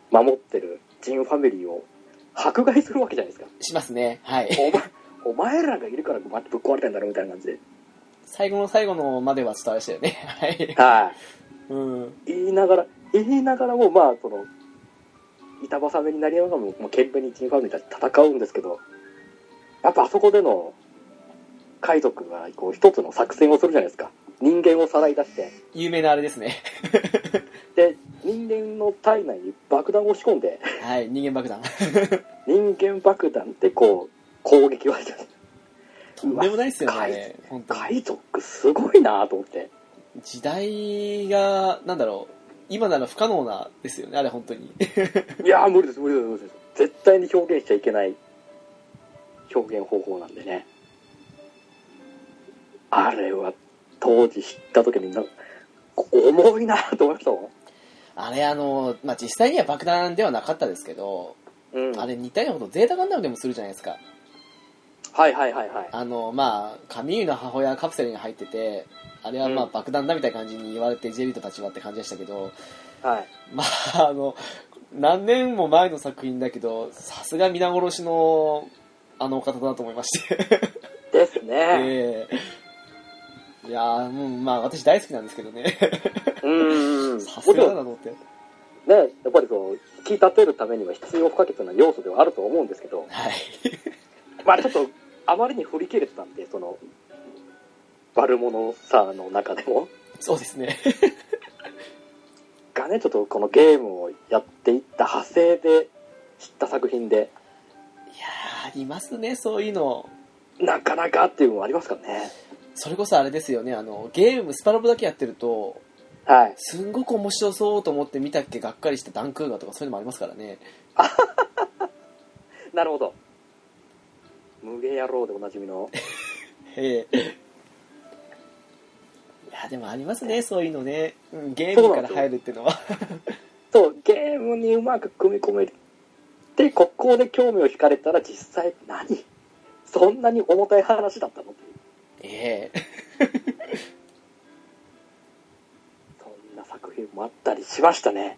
守ってるジンファミリーを迫害するわけじゃないですか
しますね。はい。
お前お前らがいるからぶっ壊れてんだろみたいな感じで
最後の最後のまでは伝わりましたよね。 はい。
はい
うん。
言いながら言いながらもまあその板挟めになりながらももう懸命にチームファミリーたち戦うんですけどやっぱあそこでの海賊がこう一つの作戦をするじゃないですか人間をさらい出して
有名なあれですね。
で人間の体内に爆弾を仕込んで
はい。人間爆 弾。
人間爆弾でこう攻撃を始める
とんでもないですよね。
う
あ
わ
れ本当に。
海賊すごいなと思って
時代が、なんだろう。今なら不可能なですよね。あれ本当に。
いやー無理です無理です無理です絶対に表現しちゃいけない表現方法なんでねあれは当時知った時みんな重いなと思いましたも
あれあの、まあ、実際には爆弾ではなかったですけど、
ん、うん、
あれ似たようなことゼータガンダムでもするじゃないですか。
はいはいはいはい
あの、まあ、カミーユの母親がカプセルに入ってて、あれはまあ
うん
爆弾だみたいな感じに言われて、ジェリートたちはって感じでしたけど、
はい
まあ、あの、何年も前の作品だけど、さすが皆殺しの、あのお方だなと思いまして。
です
え
ね、
えいやー、うん、まあ私大好きなんですけどね。
うんも
さ
ち
すがだ
ろ
な
んね
と思って。
やっぱりこう引き立てるためには必要不可欠な要素ではあると思うんですけど
はい。
まあちょっとあまりに振り切れてたんでその悪者さの中でも
そうですね。
がね、ちょっとこのゲームをやっていった派生で知った作品で、
いやーありますねそういうの
なかなかっていうのもありますからね。
それこそあれですよねあのゲームスパロボだけやってると
はい。
すんごく面白そうと思って見たっけがっかりしてダンクーガーとかそういうのもありますからね
なるほど。無芸野郎でおなじみの。
ええいやでもありますねそういうのね、うん、ゲームから入るっていうのは
そう、ゲームにうまく組み込めて、ここで興味を惹かれたら実際何そんなに重たい話だったのっていう
ええ
そんな作品もあったりしましたね。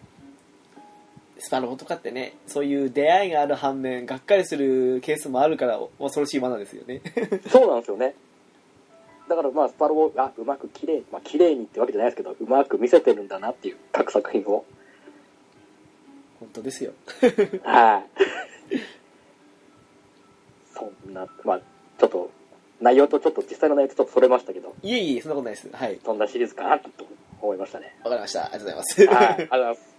スパロボとかってねそういう出会いがある反面がっかりするケースもあるから恐ろしい罠ですよね
そうなんですよね。だからまあ、スパロボ、あ、うまく綺麗、まあ綺麗にってわけじゃないですけど、うまく見せてるんだなっていう、各作品を。
本当ですよ
はい。 そんな、まあ、ちょっと、内容とちょっと、実際の内容とちょっとそれましたけど、
いえいえそんなことないですはい
そんなシリーズかなと思いましたね。
わかりましたありがとうございます
はい、ありがとうございます。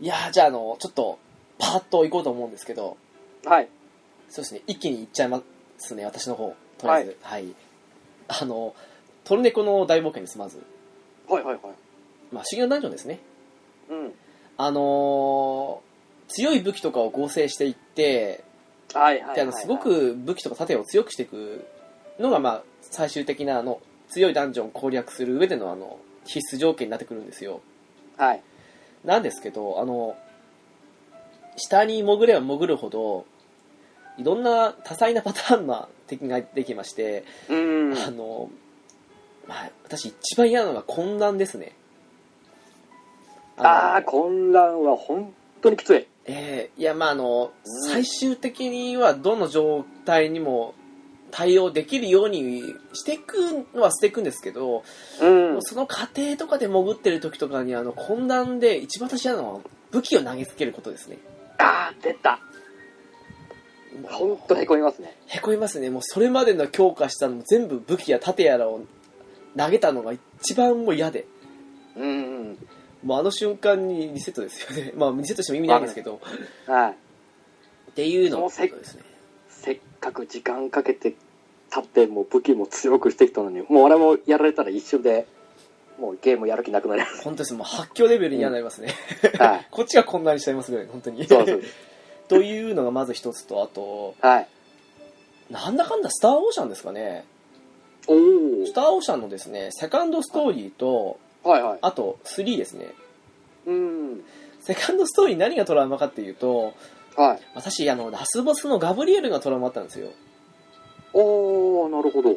いやーじゃああのちょっとパーッと行こうと思うんですけど
はい。
そうですね一気に行っちゃいますね私の方とりあえずはい、あのトルネコの大冒険ですまず
はいはいはい。
まあ修行ダンジョンですね
うん。
あのー強い武器とかを合成していって
はいはい。
であのすご、く武器とか盾を強くしていくのが、まあ、最終的なあの強いダンジョンを攻略する上でのあの必須条件になってくるんですよ
はい。
なんですけどあの下に潜れば潜るほどいろんな多彩なパターンな敵が できまして、
うん。
あの、まあ、私一番嫌なのが混乱ですね
ああ、
の
混乱は本当にきつい。
えーいやまああの、
うん
最終的にはどの状態にも対応できるようにしていくのはしていくんですけど、
うん。
その過程とかで潜ってる時とかにあの混乱で一番私嫌なのは武器を投げつけることですね
ああ、出た。本当へこみますね。
へこみますねもうそれまでの強化したのも全部武器や盾やらを投げたのが一番もう嫌で
うん。
もうあの瞬間にリセットですよね まあリセットしても意味ないんですけど
はい。
っていうの
もうせっ
ですね
せっかく時間かけて経ってもう武器も強くしてきたのにもう俺もやられたら一瞬でもうゲームやる気なくなりま
本当ですもう発狂レベルに嫌になりますね、
すはい
こっちが混乱しちゃいますぐらい、本当に。
そうそう
というのがまず一つと、あと、
はい
なんだかんだスターオーシャンですかね。
お
スターオーシャンのですね、セカンドストーリーと、
おはいはい
あと3ですね。
うん
セカンドストーリー何がトラウマかっていうと、
はい
私、あの、ラスボスのガブリエルがトラウマだったんですよ。
おおなるほど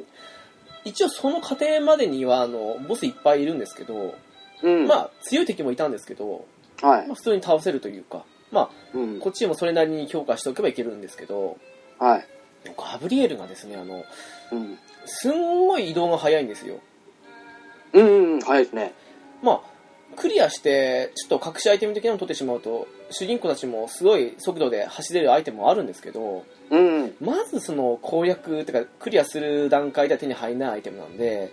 一応その過程までには、あの、ボスいっぱいいるんですけど、
うん
まあ、強い敵もいたんですけど、
はい
まあ、普通に倒せるというか、ま
うん
あ、こっちもそれなりに強化しておけばいけるんですけど、
はい
ガブリエルがですね、あの、
うん
すんごい移動が早いんですよ。
うん早いですね
まあ、クリアして、ちょっと隠しアイテム的なのを取ってしまうと、主人公たちもすごい速度で走れるアイテムもあるんですけど、
うん
まずその攻略ってか、クリアする段階では手に入らないアイテムなんで、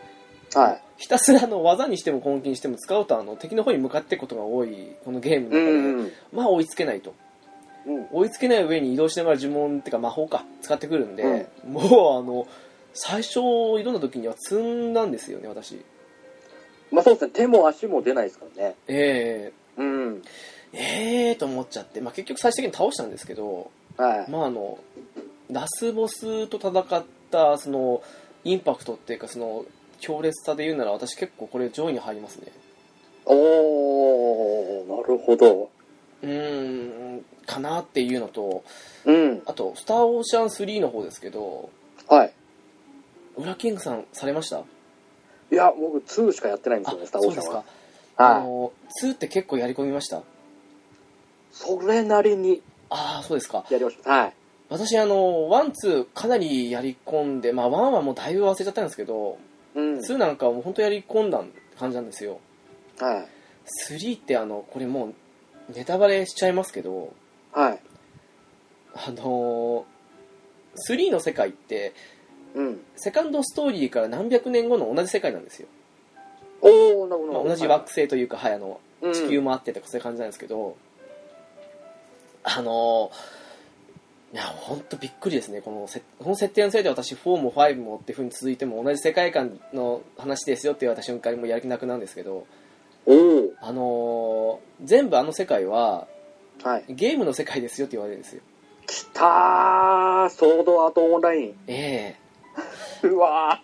はい
ひたすらあの技にしても根気にしても使うとあの敵の方に向かっていくことが多い、このゲームの
う
中で、
ん
まあ追いつけないと。
うん
追いつけない上に移動しながら呪文ってか魔法か、使ってくるんで、もうあの、最初挑んだ時には積んだんですよね、私。
まあそうですね手も足も出ないですからね
ええ
うん
えーと思っちゃって、まあ、結局最終的に倒したんですけど、
はい
まあ、あのラスボスと戦ったそのインパクトっていうかその強烈さで言うなら私結構これ上位に入りますね
おおなるほど
うーんかなっていうのと
うん
あと「スター・オーシャン3」の方ですけど
はい
ウラキングさんされました
いや僕2しかやってないんです
あ
よねスター・
そ
オ
う
ー
で
シャン
す
は
か、あ
はい
の2って結構やり込みました
それなりに
ああそうですか
やりました。はい。
私あの12かなりやり込んでまあ1はもうだいぶ忘れちゃったんですけど
うん。はい。
2なんかはもう本当やり込んだ感じなんですよ3ってあのこれもうネタバレしちゃいますけど
はい。
あのー、3の世界って
うん。
セカンドストーリーから何百年後の同じ世界なんですよ、
おおなるほど
まあ、。同じ惑星というか、はい、あの
うん
地球もあってとかそういう感じなんですけど、あのいや本当びっくりですねこのせこの設定のせいで私4も5もっていうふうに続いても同じ世界観の話ですよって言われた瞬間にもうやる気なくなるんですけど
おお
あの全部あの世界は
はい。
ゲームの世界ですよって言われるんですよ
きたーソードアートオンライン。
ええ
うわ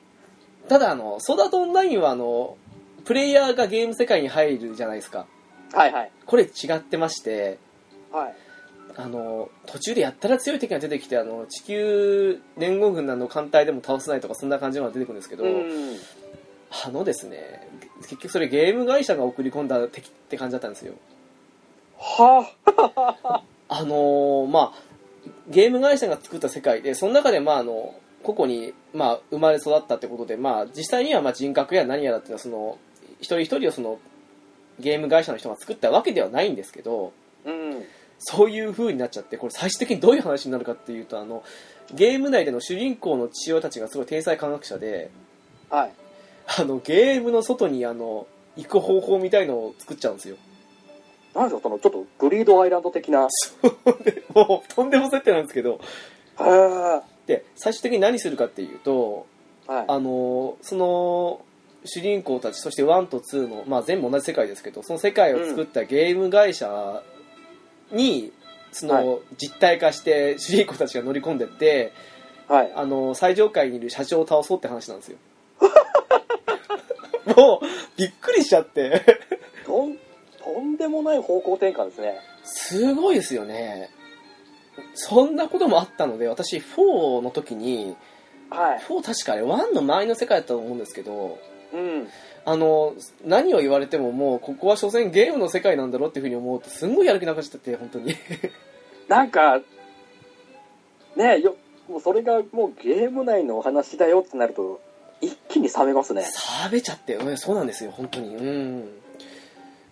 ただあのソードアートオンラインはあのプレイヤーがゲーム世界に入るじゃないですか
ーはいはい。
これ違ってまして
はい。
あの途中でやったら強い敵が出てきてあの地球連合軍なの艦隊でも倒せないとかそんな感じのが出てくるんですけど、
うん。
あのですね結局それゲーム会社が送り込んだ敵って感じだったんですよ
は
あのーまあゲーム会社が作った世界でその中でまああの個々に、まあ、生まれ育ったってことで、まあ、実際にはまあ人格や何やらっていうのはその一人一人をそのゲーム会社の人が作ったわけではないんですけど
うん。
そういう風になっちゃってこれ最終的にどういう話になるかっていうとあのゲーム内での主人公の父親たちがすごい天才科学者で
はい。
あのゲームの外にあの行く方法みたいのを作っちゃうんですよ
なんでしょう、その、ちょっと、グリードアイランド的な。へ
でもうとんでも設定なんですけど
え。は
で最終的に何するかっていうとあのその主人公たちそして1と2の、まあ、全部同じ世界ですけどその世界を作ったゲーム会社に、そ
は
の実体化して主人公たちが乗り込んでって
い。はい。
あの最上階にいる社長を倒そうって話なんです よもうびっくりしちゃって
とん、とんでもない方向転換ですね。
すごいですよねそんなこともあったので私4の時に
はい。
4確かあれ1の前の世界だったと思うんですけど
うん。
あの何を言われてももうここは所詮ゲームの世界なんだろうっていうふうに思うとすんごいやる気なくしちゃって本当に
なんか、ねえ、よ、もうそれがもうゲーム内のお話だよってなると、一気に冷めますね。
冷めちゃって、うん、そうなんですよ本当にうん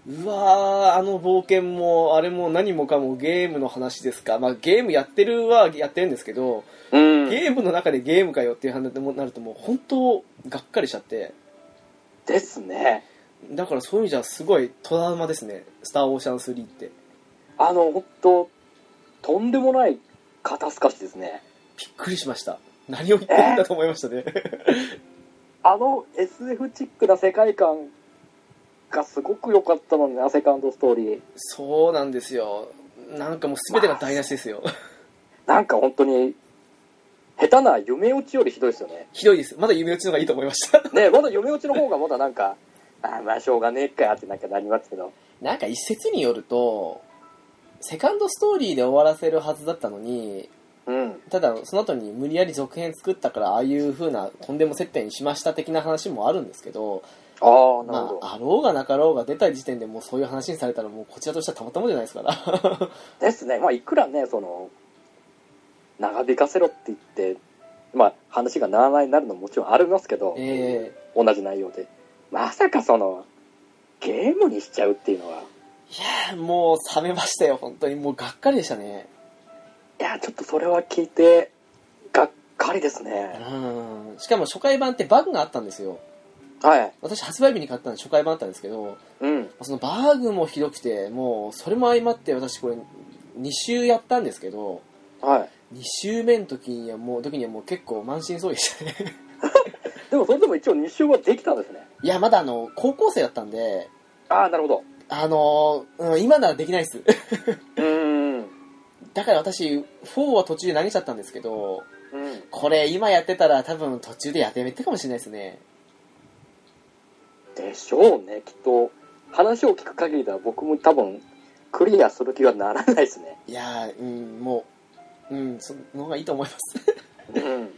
うわーあの冒険もあれも何もかもゲームの話ですか、まあ、ゲームやってるはやってるんですけど、
うん
ゲームの中でゲームかよっていう話になるともう本当がっかりしちゃって
ですね。
だからそういう意味じゃすごいトラウマですね「スター・オーシャン3」って
あの、本当とんでもない肩透かしですね。
びっくりしました何を言ってるんだと思いましたね
あの SF チックな世界観がすごく良かったのにな、セカンドストーリー。
そうなんですよなんかもう全てが台無しですよ
なんか本当に、下手な夢落ちよりひどいですよね。
ひどいですまだ夢打ちの方がいいと思いました
ねまだ夢落ちの方がまだなんか、あーまあしょうがねえかってなんかなりますけど。
なんか一説によるとセカンドストーリーで終わらせるはずだったのに
うん。
ただその後に無理やり続編作ったからああいう風なとんでも接点にしました的な話もあるんですけど
ああ、な
ま
るほど。
ああろうがなかろうが出た時点でもうそういう話にされたらもうこちらとしてはたまったもんじゃないです から
ですね。まあいくらね、その、長引かせろって言って、まあ話がならないになるのももちろんありますけど、
え
同じ内容で。まさかその、ゲームにしちゃうっていうのは、
えもう冷めましたよ本当にもうがっかりでしたね
いや、ちょっとそれは聞いて、がっかりです
う
ね。
んしかも初回版ってバグがあったんですよ
はい。
私発売日に買ったので初回版だったんですけど
うん。
そのバグもひどくてもうそれも相まって私これ2週やったんですけど
はい。
2週目の時にはもう時にはもう結構満身創痍でしたね
でもそれでも一応2周はできたんですね。
いやまだあの高校生だったんで
ああ、なるほど。
あのうん、今ならできないです
うーん。
だから私4は途中で投げちゃったんですけど
うん。
これ今やってたら多分途中でやってめてかもしれないですね
でしょうね、きっと。話を聞く限りでは僕も多分、クリアする気はならないですね。
いやーうんもううんその方がいいと思います
うん。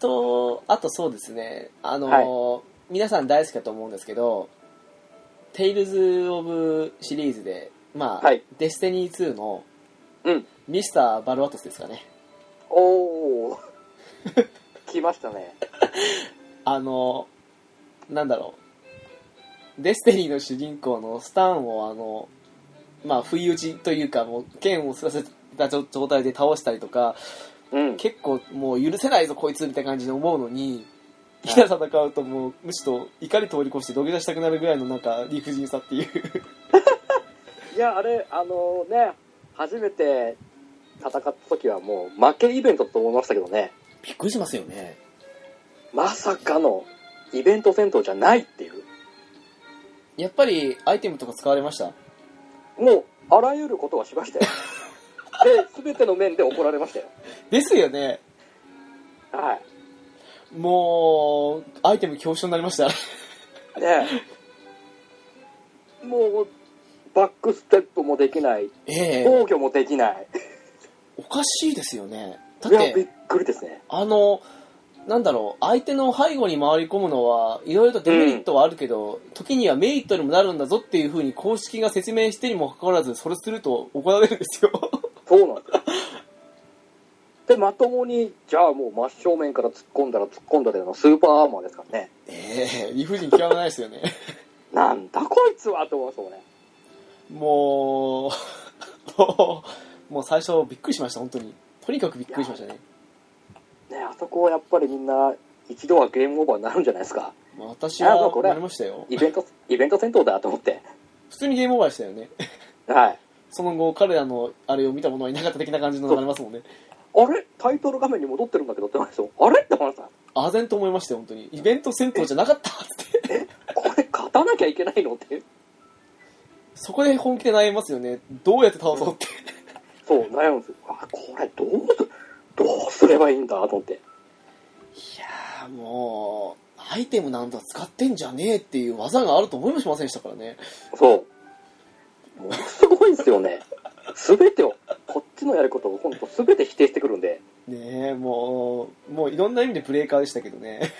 とあとそうですねあのー、皆さん大好きだと思うんですけど「テイルズ・オブ」シリーズでまあ、
はい
デスティニー2の
うん。
ミスター・バルワトスですかね
おー。 来ましたね。
あのーなんだろうデスティニーの主人公のスタンをあのまあ不意打ちというかもう剣をすらせた状態で倒したりとか
うん。
結構もう許せないぞこいつみたいな感じで思うのにいざ戦うともうむしろ怒り通り越して土下座したくなるぐらいのなんか理不尽さっていう
いや、あれ、あのね、初めて戦った時はもう負けイベントと思いましたけどね、
びっくりしますよね
まさかのイベント戦闘じゃないっていう。
やっぱりアイテムとか使われました
もう、あらゆることはしました よ。で、すべての面で怒られましたよ。
ですよね
は
もうアイテム強調になりました
い。ねえもう、バックステップもできない、
ええ
防御もできない。
おかしいですよねだっ
いや、びってくりですね。
あのなんだろう相手の背後に回り込むのはいろいろとデメリットはあるけど、時にはメリットにもなるんだぞっていうふうに公式が説明してにもかかわらずそれすると怒られるんですよ
そうなんですよ。で、まともに、じゃあもう真正面から突っ込んだら突っ込んだでのスーパーアーマーですからね。
ええ理不尽極まないですよね
なんだこいつはと思いますもんね。
もうもうもう最初びっくりしました本当にとにかくびっくりしましたね
ねあそこはやっぱりみんな、一度はゲームオーバーになるんじゃないですか。
まあ私
あもう
は
これ
なりましたよ
イベ ント、イベント戦闘だと思って。
普通にゲームオーバーでしたよね
はい。
その後彼らのあれを見た者はいなかった的な感じのになりますもんね
あれタイトル画面に戻ってるんだけどって話ですよ。あれって話さ、
あぜんと思いましたよ本当にイベント戦闘じゃなかったって
これ勝たなきゃいけないのって。
そこで本気で悩みますよねどうやって倒そうって
そう、悩むんですよ。あ、これどうす、どうすればいいんだと思って。
いやーもうアイテムなんだ使ってんじゃねえっていう技があると思いもしませんでしたからね
そう。もの すごいんですよね。すべてを、こっちのやることを今度すべて否定してくるんで。
ねえもうもういろんな意味でブレーカーでしたけどね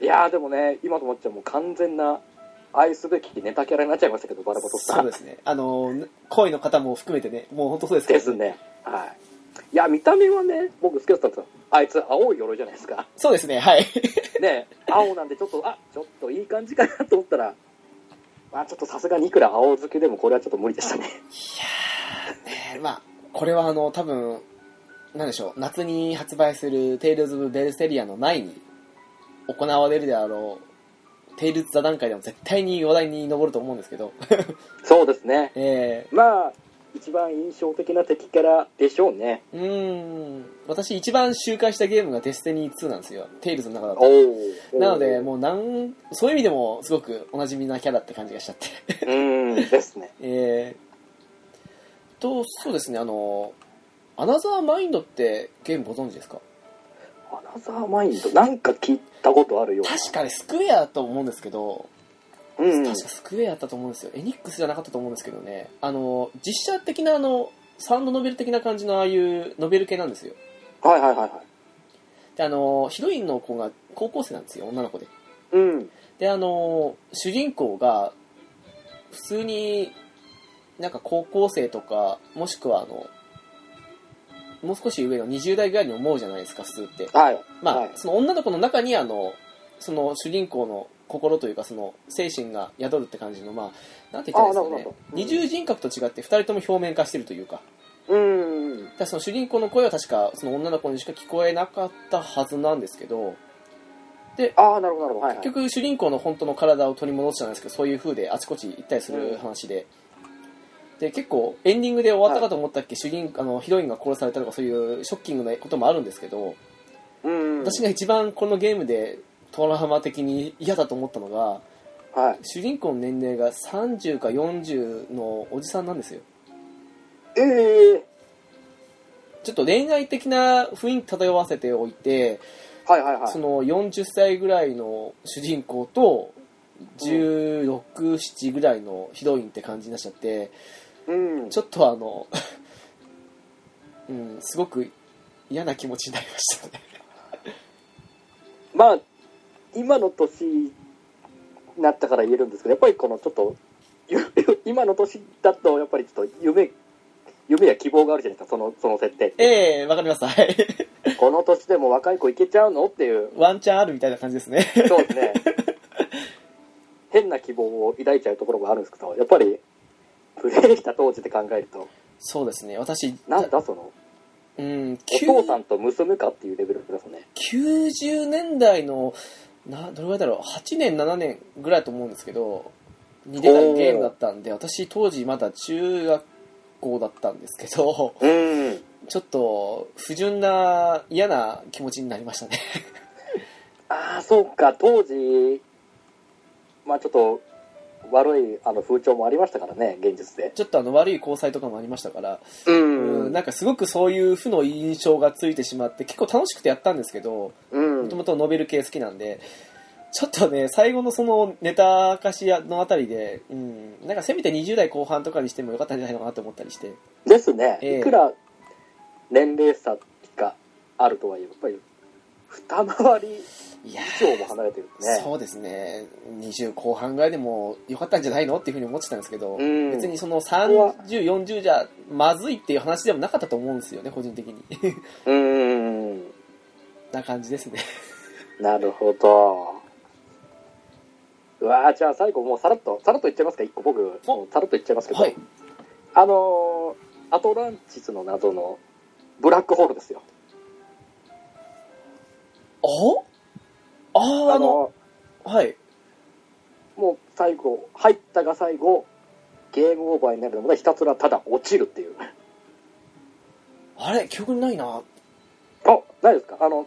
いやーでもね、今ともっちゃもう完全な、愛すべきネタキャラになっちゃいましたけど、バラバトさ
そうんで。すねあの恋の方も含めてねもう本当そうですけ
で
ど
すね。はい。いや、見た目はね、僕好きだったんですよ。あいつ、青い鎧じゃないですか。
そうですねはい
ね、青なんでちょっと、あ、ちょっといい感じかなと思ったら、まあちょっとさすがにいくら青漬けでもこれはちょっと無理でしたね。
ねえまあこれはあの多分なんでしょう夏に発売する「テイルズ・オブ・ベルセリア」の前に行われるであろうテイルズ座談会でも絶対に話題に上ると思うんですけど
そうですね。
え
まあ、一番印象的な敵キャラでしょうね。
えうーん私一番周回したゲームがデスティニー2なんですよテイルズの中だと
お
なのでもうなんそういう意味でもすごくおなじみなキャラって感じがしちゃって
う。うん、ですね。
えー、と、そうですね、あの、アナザーマインドってゲームご存知ですか
アナザーマインド、なんか聞いたことあるような。
確かにスクエアだと思うんですけど、
うん。
確かスクエアだったと思うんですよ。エニックスじゃなかったと思うんですけどね、あの、実写的なあの、サウンドノベル的な感じのああいうノベル系なんですよ。
はいはいはいはい。
で、あの、ヒロインの子が高校生なんですよ、女の子で。
うん。
で、あの、主人公が、普通になんか高校生とか、もしくはあの、もう少し上の20代ぐらいに思うじゃないですか、普通って。
はい。
まあ、
はい
その女の子の中にあの、その主人公の心というか、その精神が宿るって感じの、まあ、なんて言ったらいいん
あな
で
る
す
ほ
かね。
どうん
二重人格と違って二人とも表面化してるというか。
うん。
だからその主人公の声は確か、その女の子にしか聞こえなかったはずなんですけど、
ああ、なるほどなるほど。はい、はい
結。局主人公の本当の体を取り戻したんですけどそういう風であちこち行ったりする話で、で結構エンディングで終わったかと思ったっけ、主人あのヒロインが殺されたとかそういうショッキングなこともあるんですけど、
うん。
私が一番このゲームでトラハマ的に嫌だと思ったのが
はい。
主人公の年齢が30か40のおじさんなんですよ
ええ
ちょっと恋愛的な雰囲気漂わせておいて、
ー。はいはいはい。
その40歳ぐらいの主人公と16、7ぐらいのヒロインって感じになっちゃって
うん。
ちょっとあの、 うん、すごく嫌な気持ちになりました ね
まあ、今の年になったから言えるんですけど、やっぱりこのちょっと、 ゆ今の年だと、やっぱりちょっと夢、夢や希望があるじゃないですか、その、その設定って。
ええわかりますはい
この年でも若い子いけちゃうのっていう、
ワンチャンあるみたいな感じですね
そうですね。変な希望を抱いちゃうところがあるんですけど、やっぱり、プレイした当時で考えると、
そうですね私
なんだその、
うん、
お
きゅう
父さんと娘かっていうレベルですね。
90年代のなどれぐらいだろう8年7年ぐらいだと思うんですけどに出た
おー
ゲームだったんで私当時まだ中学校だったんですけど
うん。
ちょっと不純な嫌な気持ちになりましたね
ああ、そうか、当時、まあちょっと、悪いあの風潮もありましたからね、現実で。
ちょっとあの悪い交際とかもありましたから、
う
うんなんかすごくそういう負の印象がついてしまって結構楽しくてやったんですけど
うん
もともとノベル系好きなんで、ちょっとね、最後のそのネタ化しのあたりで、うん、なんかせめて20代後半とかにしてもよかったんじゃないのかなと思ったりして、
ですね、
ええ
いくら年齢差があるとはいえ、やっぱり、二回り
いや
以上も離れてるんで
ー、
すね。
そうですね、20後半ぐらいでもよかったんじゃないのっていうふうに思ってたんですけど、
ん
別にその30、40じゃまずいっていう話でもなかったと思うんですよね、個人的に。
うん。
な感じですね。
なるほど。うわーじゃあ最後もうさらっと、さらっといっちゃいますか、一個僕、
お
さらっといっちゃいますけど、
はい。
あのーアトランティスの謎のブラックホールですよ。
おああ、あの、はい。
もう最後、入ったが最後、ゲームオーバーになるので、ひたすらただ落ちるっていう。
あれ、記憶にないな。
あ、ないですかあの、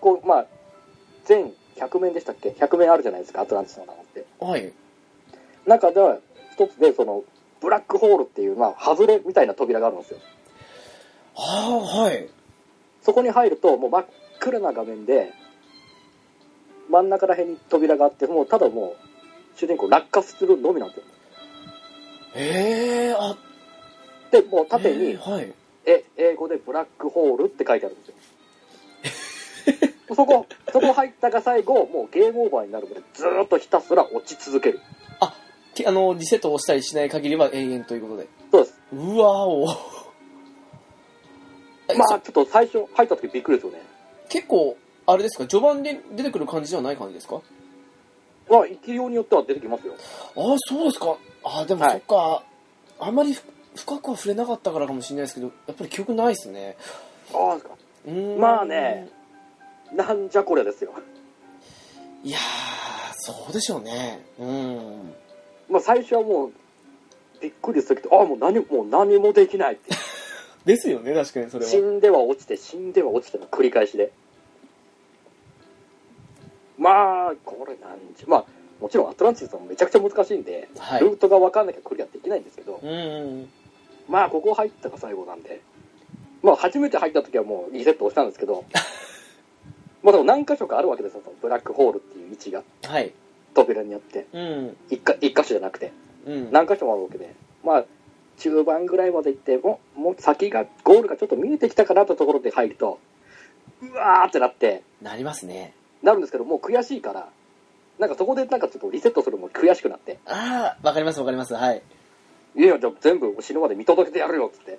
こう、まあ、全100面でしたっけ ?100 面あるじゃないですか、アトランティスの名前って。
はい。
中では一つで、その、ブラックホールっていう、まあ、外れみたいな扉があるんですよ。
ああ、はい。
そこに入ると、もう真っ暗な画面で、真ん中ら辺に扉があって、もうただもう、主人公落下するのみなんですよ。
ええー、あ、
で、もう縦に、
えーはい。
え英語でブラックホールって書いてあるんですよそこそこ入ったが最後もうゲームオーバーになるまでずーっとひたすら落ち続ける
きあのリセットをしたりしない限りは永遠ということで
そうです
うわお
ま
ま
あちょっと最初入った時びっくりですよね
結構あれですか序盤で出てくる感じではない感じですか
まあ生ようによっては出てきますよ
ああそうですかああでも
はい
そっか、あんまりふ深くは触れなかったからかもしれないですけどやっぱり記憶ないですね
ああ
うーん
まあねなんじゃこれですよ、
いやーそうでしょうねうん
まあ、最初はもうびっくりするけどああもう何もう何もできないって
ですよね確かにそれ
死
は
んでは落ちて死んでは落ちての繰り返しでまあこれなんじまあもちろんアトランティスはめちゃくちゃ難しいんで、
はい
ルートが分かんなきゃクリアできないんですけど、
うんうん
まあここ入ったが最後なんでまあ初めて入った時はもうリセットをしたんです けどまあでも何箇所かあるわけですよそのブラックホールっていう位置が
はい
扉にあって
うん
一か一箇所じゃなくて
うん
何箇所もあるわけでまあ中盤ぐらいまで行ってもうもう先がゴールがちょっと見えてきたかなってところで入るとうわーってなって
なりますね
なるんですけどもう悔しいからなんかそこでなんかちょっとリセットするのも悔しくなって
ああわかりますわかりますはい
「いやいやじゃあ全部死ぬまで見届けてやるよ」っつって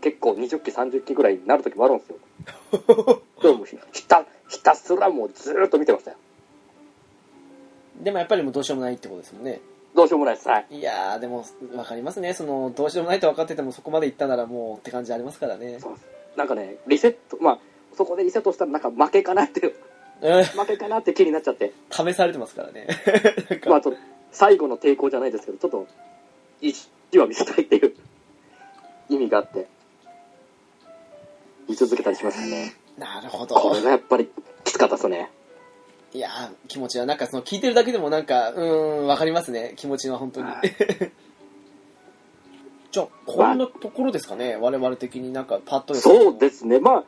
結構20期30期ぐらいになる時もあるんですよでもひひたひたすらもうずーっと見てましたよ
でもやっぱりもうどうしようもないってことですもんね
どうしようもないですはい
いやーでも分かりますねそのどうしようもないと分かっててもそこまで行ったならもうって感じありますからね
そうですなんかねリセットまあそこでリセットしたらなんか負けかなっていう
うん
負けかなって気になっちゃって
試されてますからね なんか
まあ、ちょっと最後の抵抗じゃないですけど、ちょっと意地は見せたいっていう意味があって、見続けたりしましたね。
なるほ
こ
ど
れがやっぱりきつかったですね。
いやー気持ちはなんかその聞いてるだけでもなんかうーん分かりますね気持ちは本当に
は
じゃあこんなところですかね我々的になんかパッとですね
そうですね、まあ、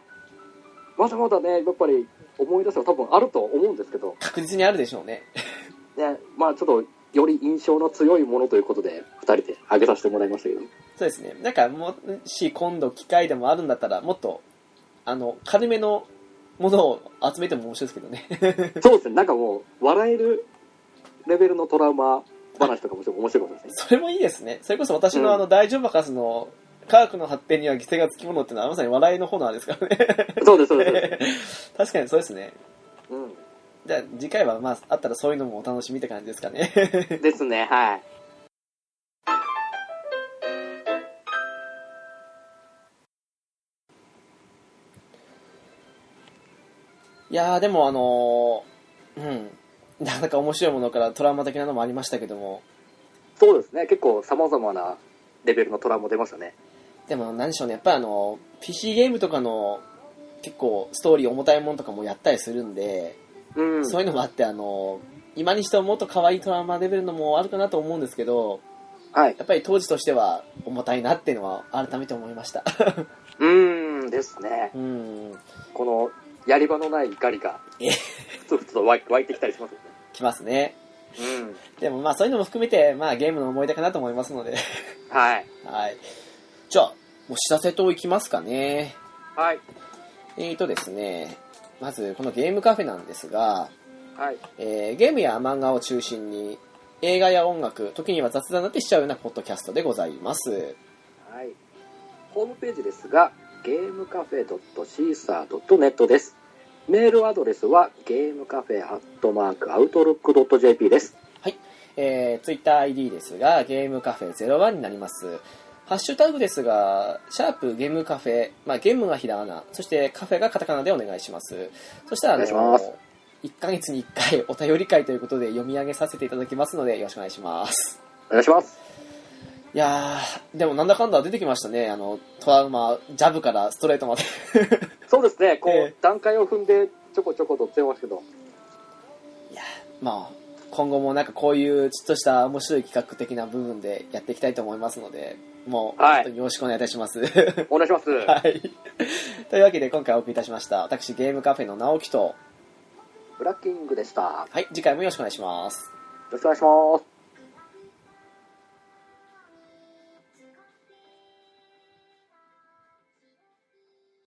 まだまだね、やっぱり思い出せば多分あると思うんですけど、
確実にあるでしょうね
ね、まあちょっとより印象の強いものということで、2人で挙げさせてもらいましたけど、
そうですねなんかもし今度機会でもあるんだったらもっとあの軽めのものを集めても面白いですけどね
そうですね、なんかもう、笑えるレベルのトラウマ話とかもちょっと面白いことですね。
それもいいですね。それこそ私の
うん
あの、大乗バカスの、科学の発展には犠牲がつきものってのはまさに笑いの方なんです からね。
そうです、そうですそうです。
確かにそうですね。
うん
じゃあ次回はまあ、あったらそういうのもお楽しみって感じですかね。
ですね、はい。
いやーでもあのーうんなかなか面白いものからトラウマ的なのもありましたけども
そうですね結構さまざまなレベルのトラも出ましたね
でも何でしょうねやっぱりあの PC ゲームとかの結構ストーリー重たいものとかもやったりするんで、
うん
そういうのもあってあの今にしてはもっと可愛いトラウマレベルのもあるかなと思うんですけど
はい
やっぱり当時としては重たいなっていうのは改めて思いました
うんですね
うん
このやり場のない怒りが
え
ふつふつと湧い湧いてきたりしますよ
きますね
ね
でもまあそういうのも含めて、まあ、ゲームの思い出かなと思いますので
うんはい
はいじゃあもう知らせといきますかね
はい
えーとですね、まずこのゲームカフェなんですが、
はい
えーゲームや漫画を中心に映画や音楽、時には雑談なってしちゃうようなポッドキャストでございます。
はいホームページですがゲームカフェ .caesar.net ですメールアドレスはゲームカフェアットマークアウトロック .jp です
えー、TwitterID ですが、ゲームカフェ01になります。ハッシュタグですが、シャープゲームカフェ、まあ、ゲームがひらがな、そしてカフェがカタカナでお願いします。そしたら、あの
お願いします
1ヶ月に1回お便り会ということで読み上げさせていただきますので、よろしくお願いします。
お願いします
いやー、でもなんだかんだ出てきましたね。あの、トラウマ、ジャブからストレートまで。
そうですねこう、
ええ
段階を踏んでちょこちょこと出ますけど
いやーまあ、今後もなんかこういうちょっとした面白い企画的な部分でやっていきたいと思いますので、もう、
は
本
い
当によろしくお願いいたします。は
お願いします、
い。 というわけで今回お送りいたしました。私、ゲームカフェの直樹と、
ブラッキングでしたよ
はい、次回もよろしくお願いします。
ろしくお願いします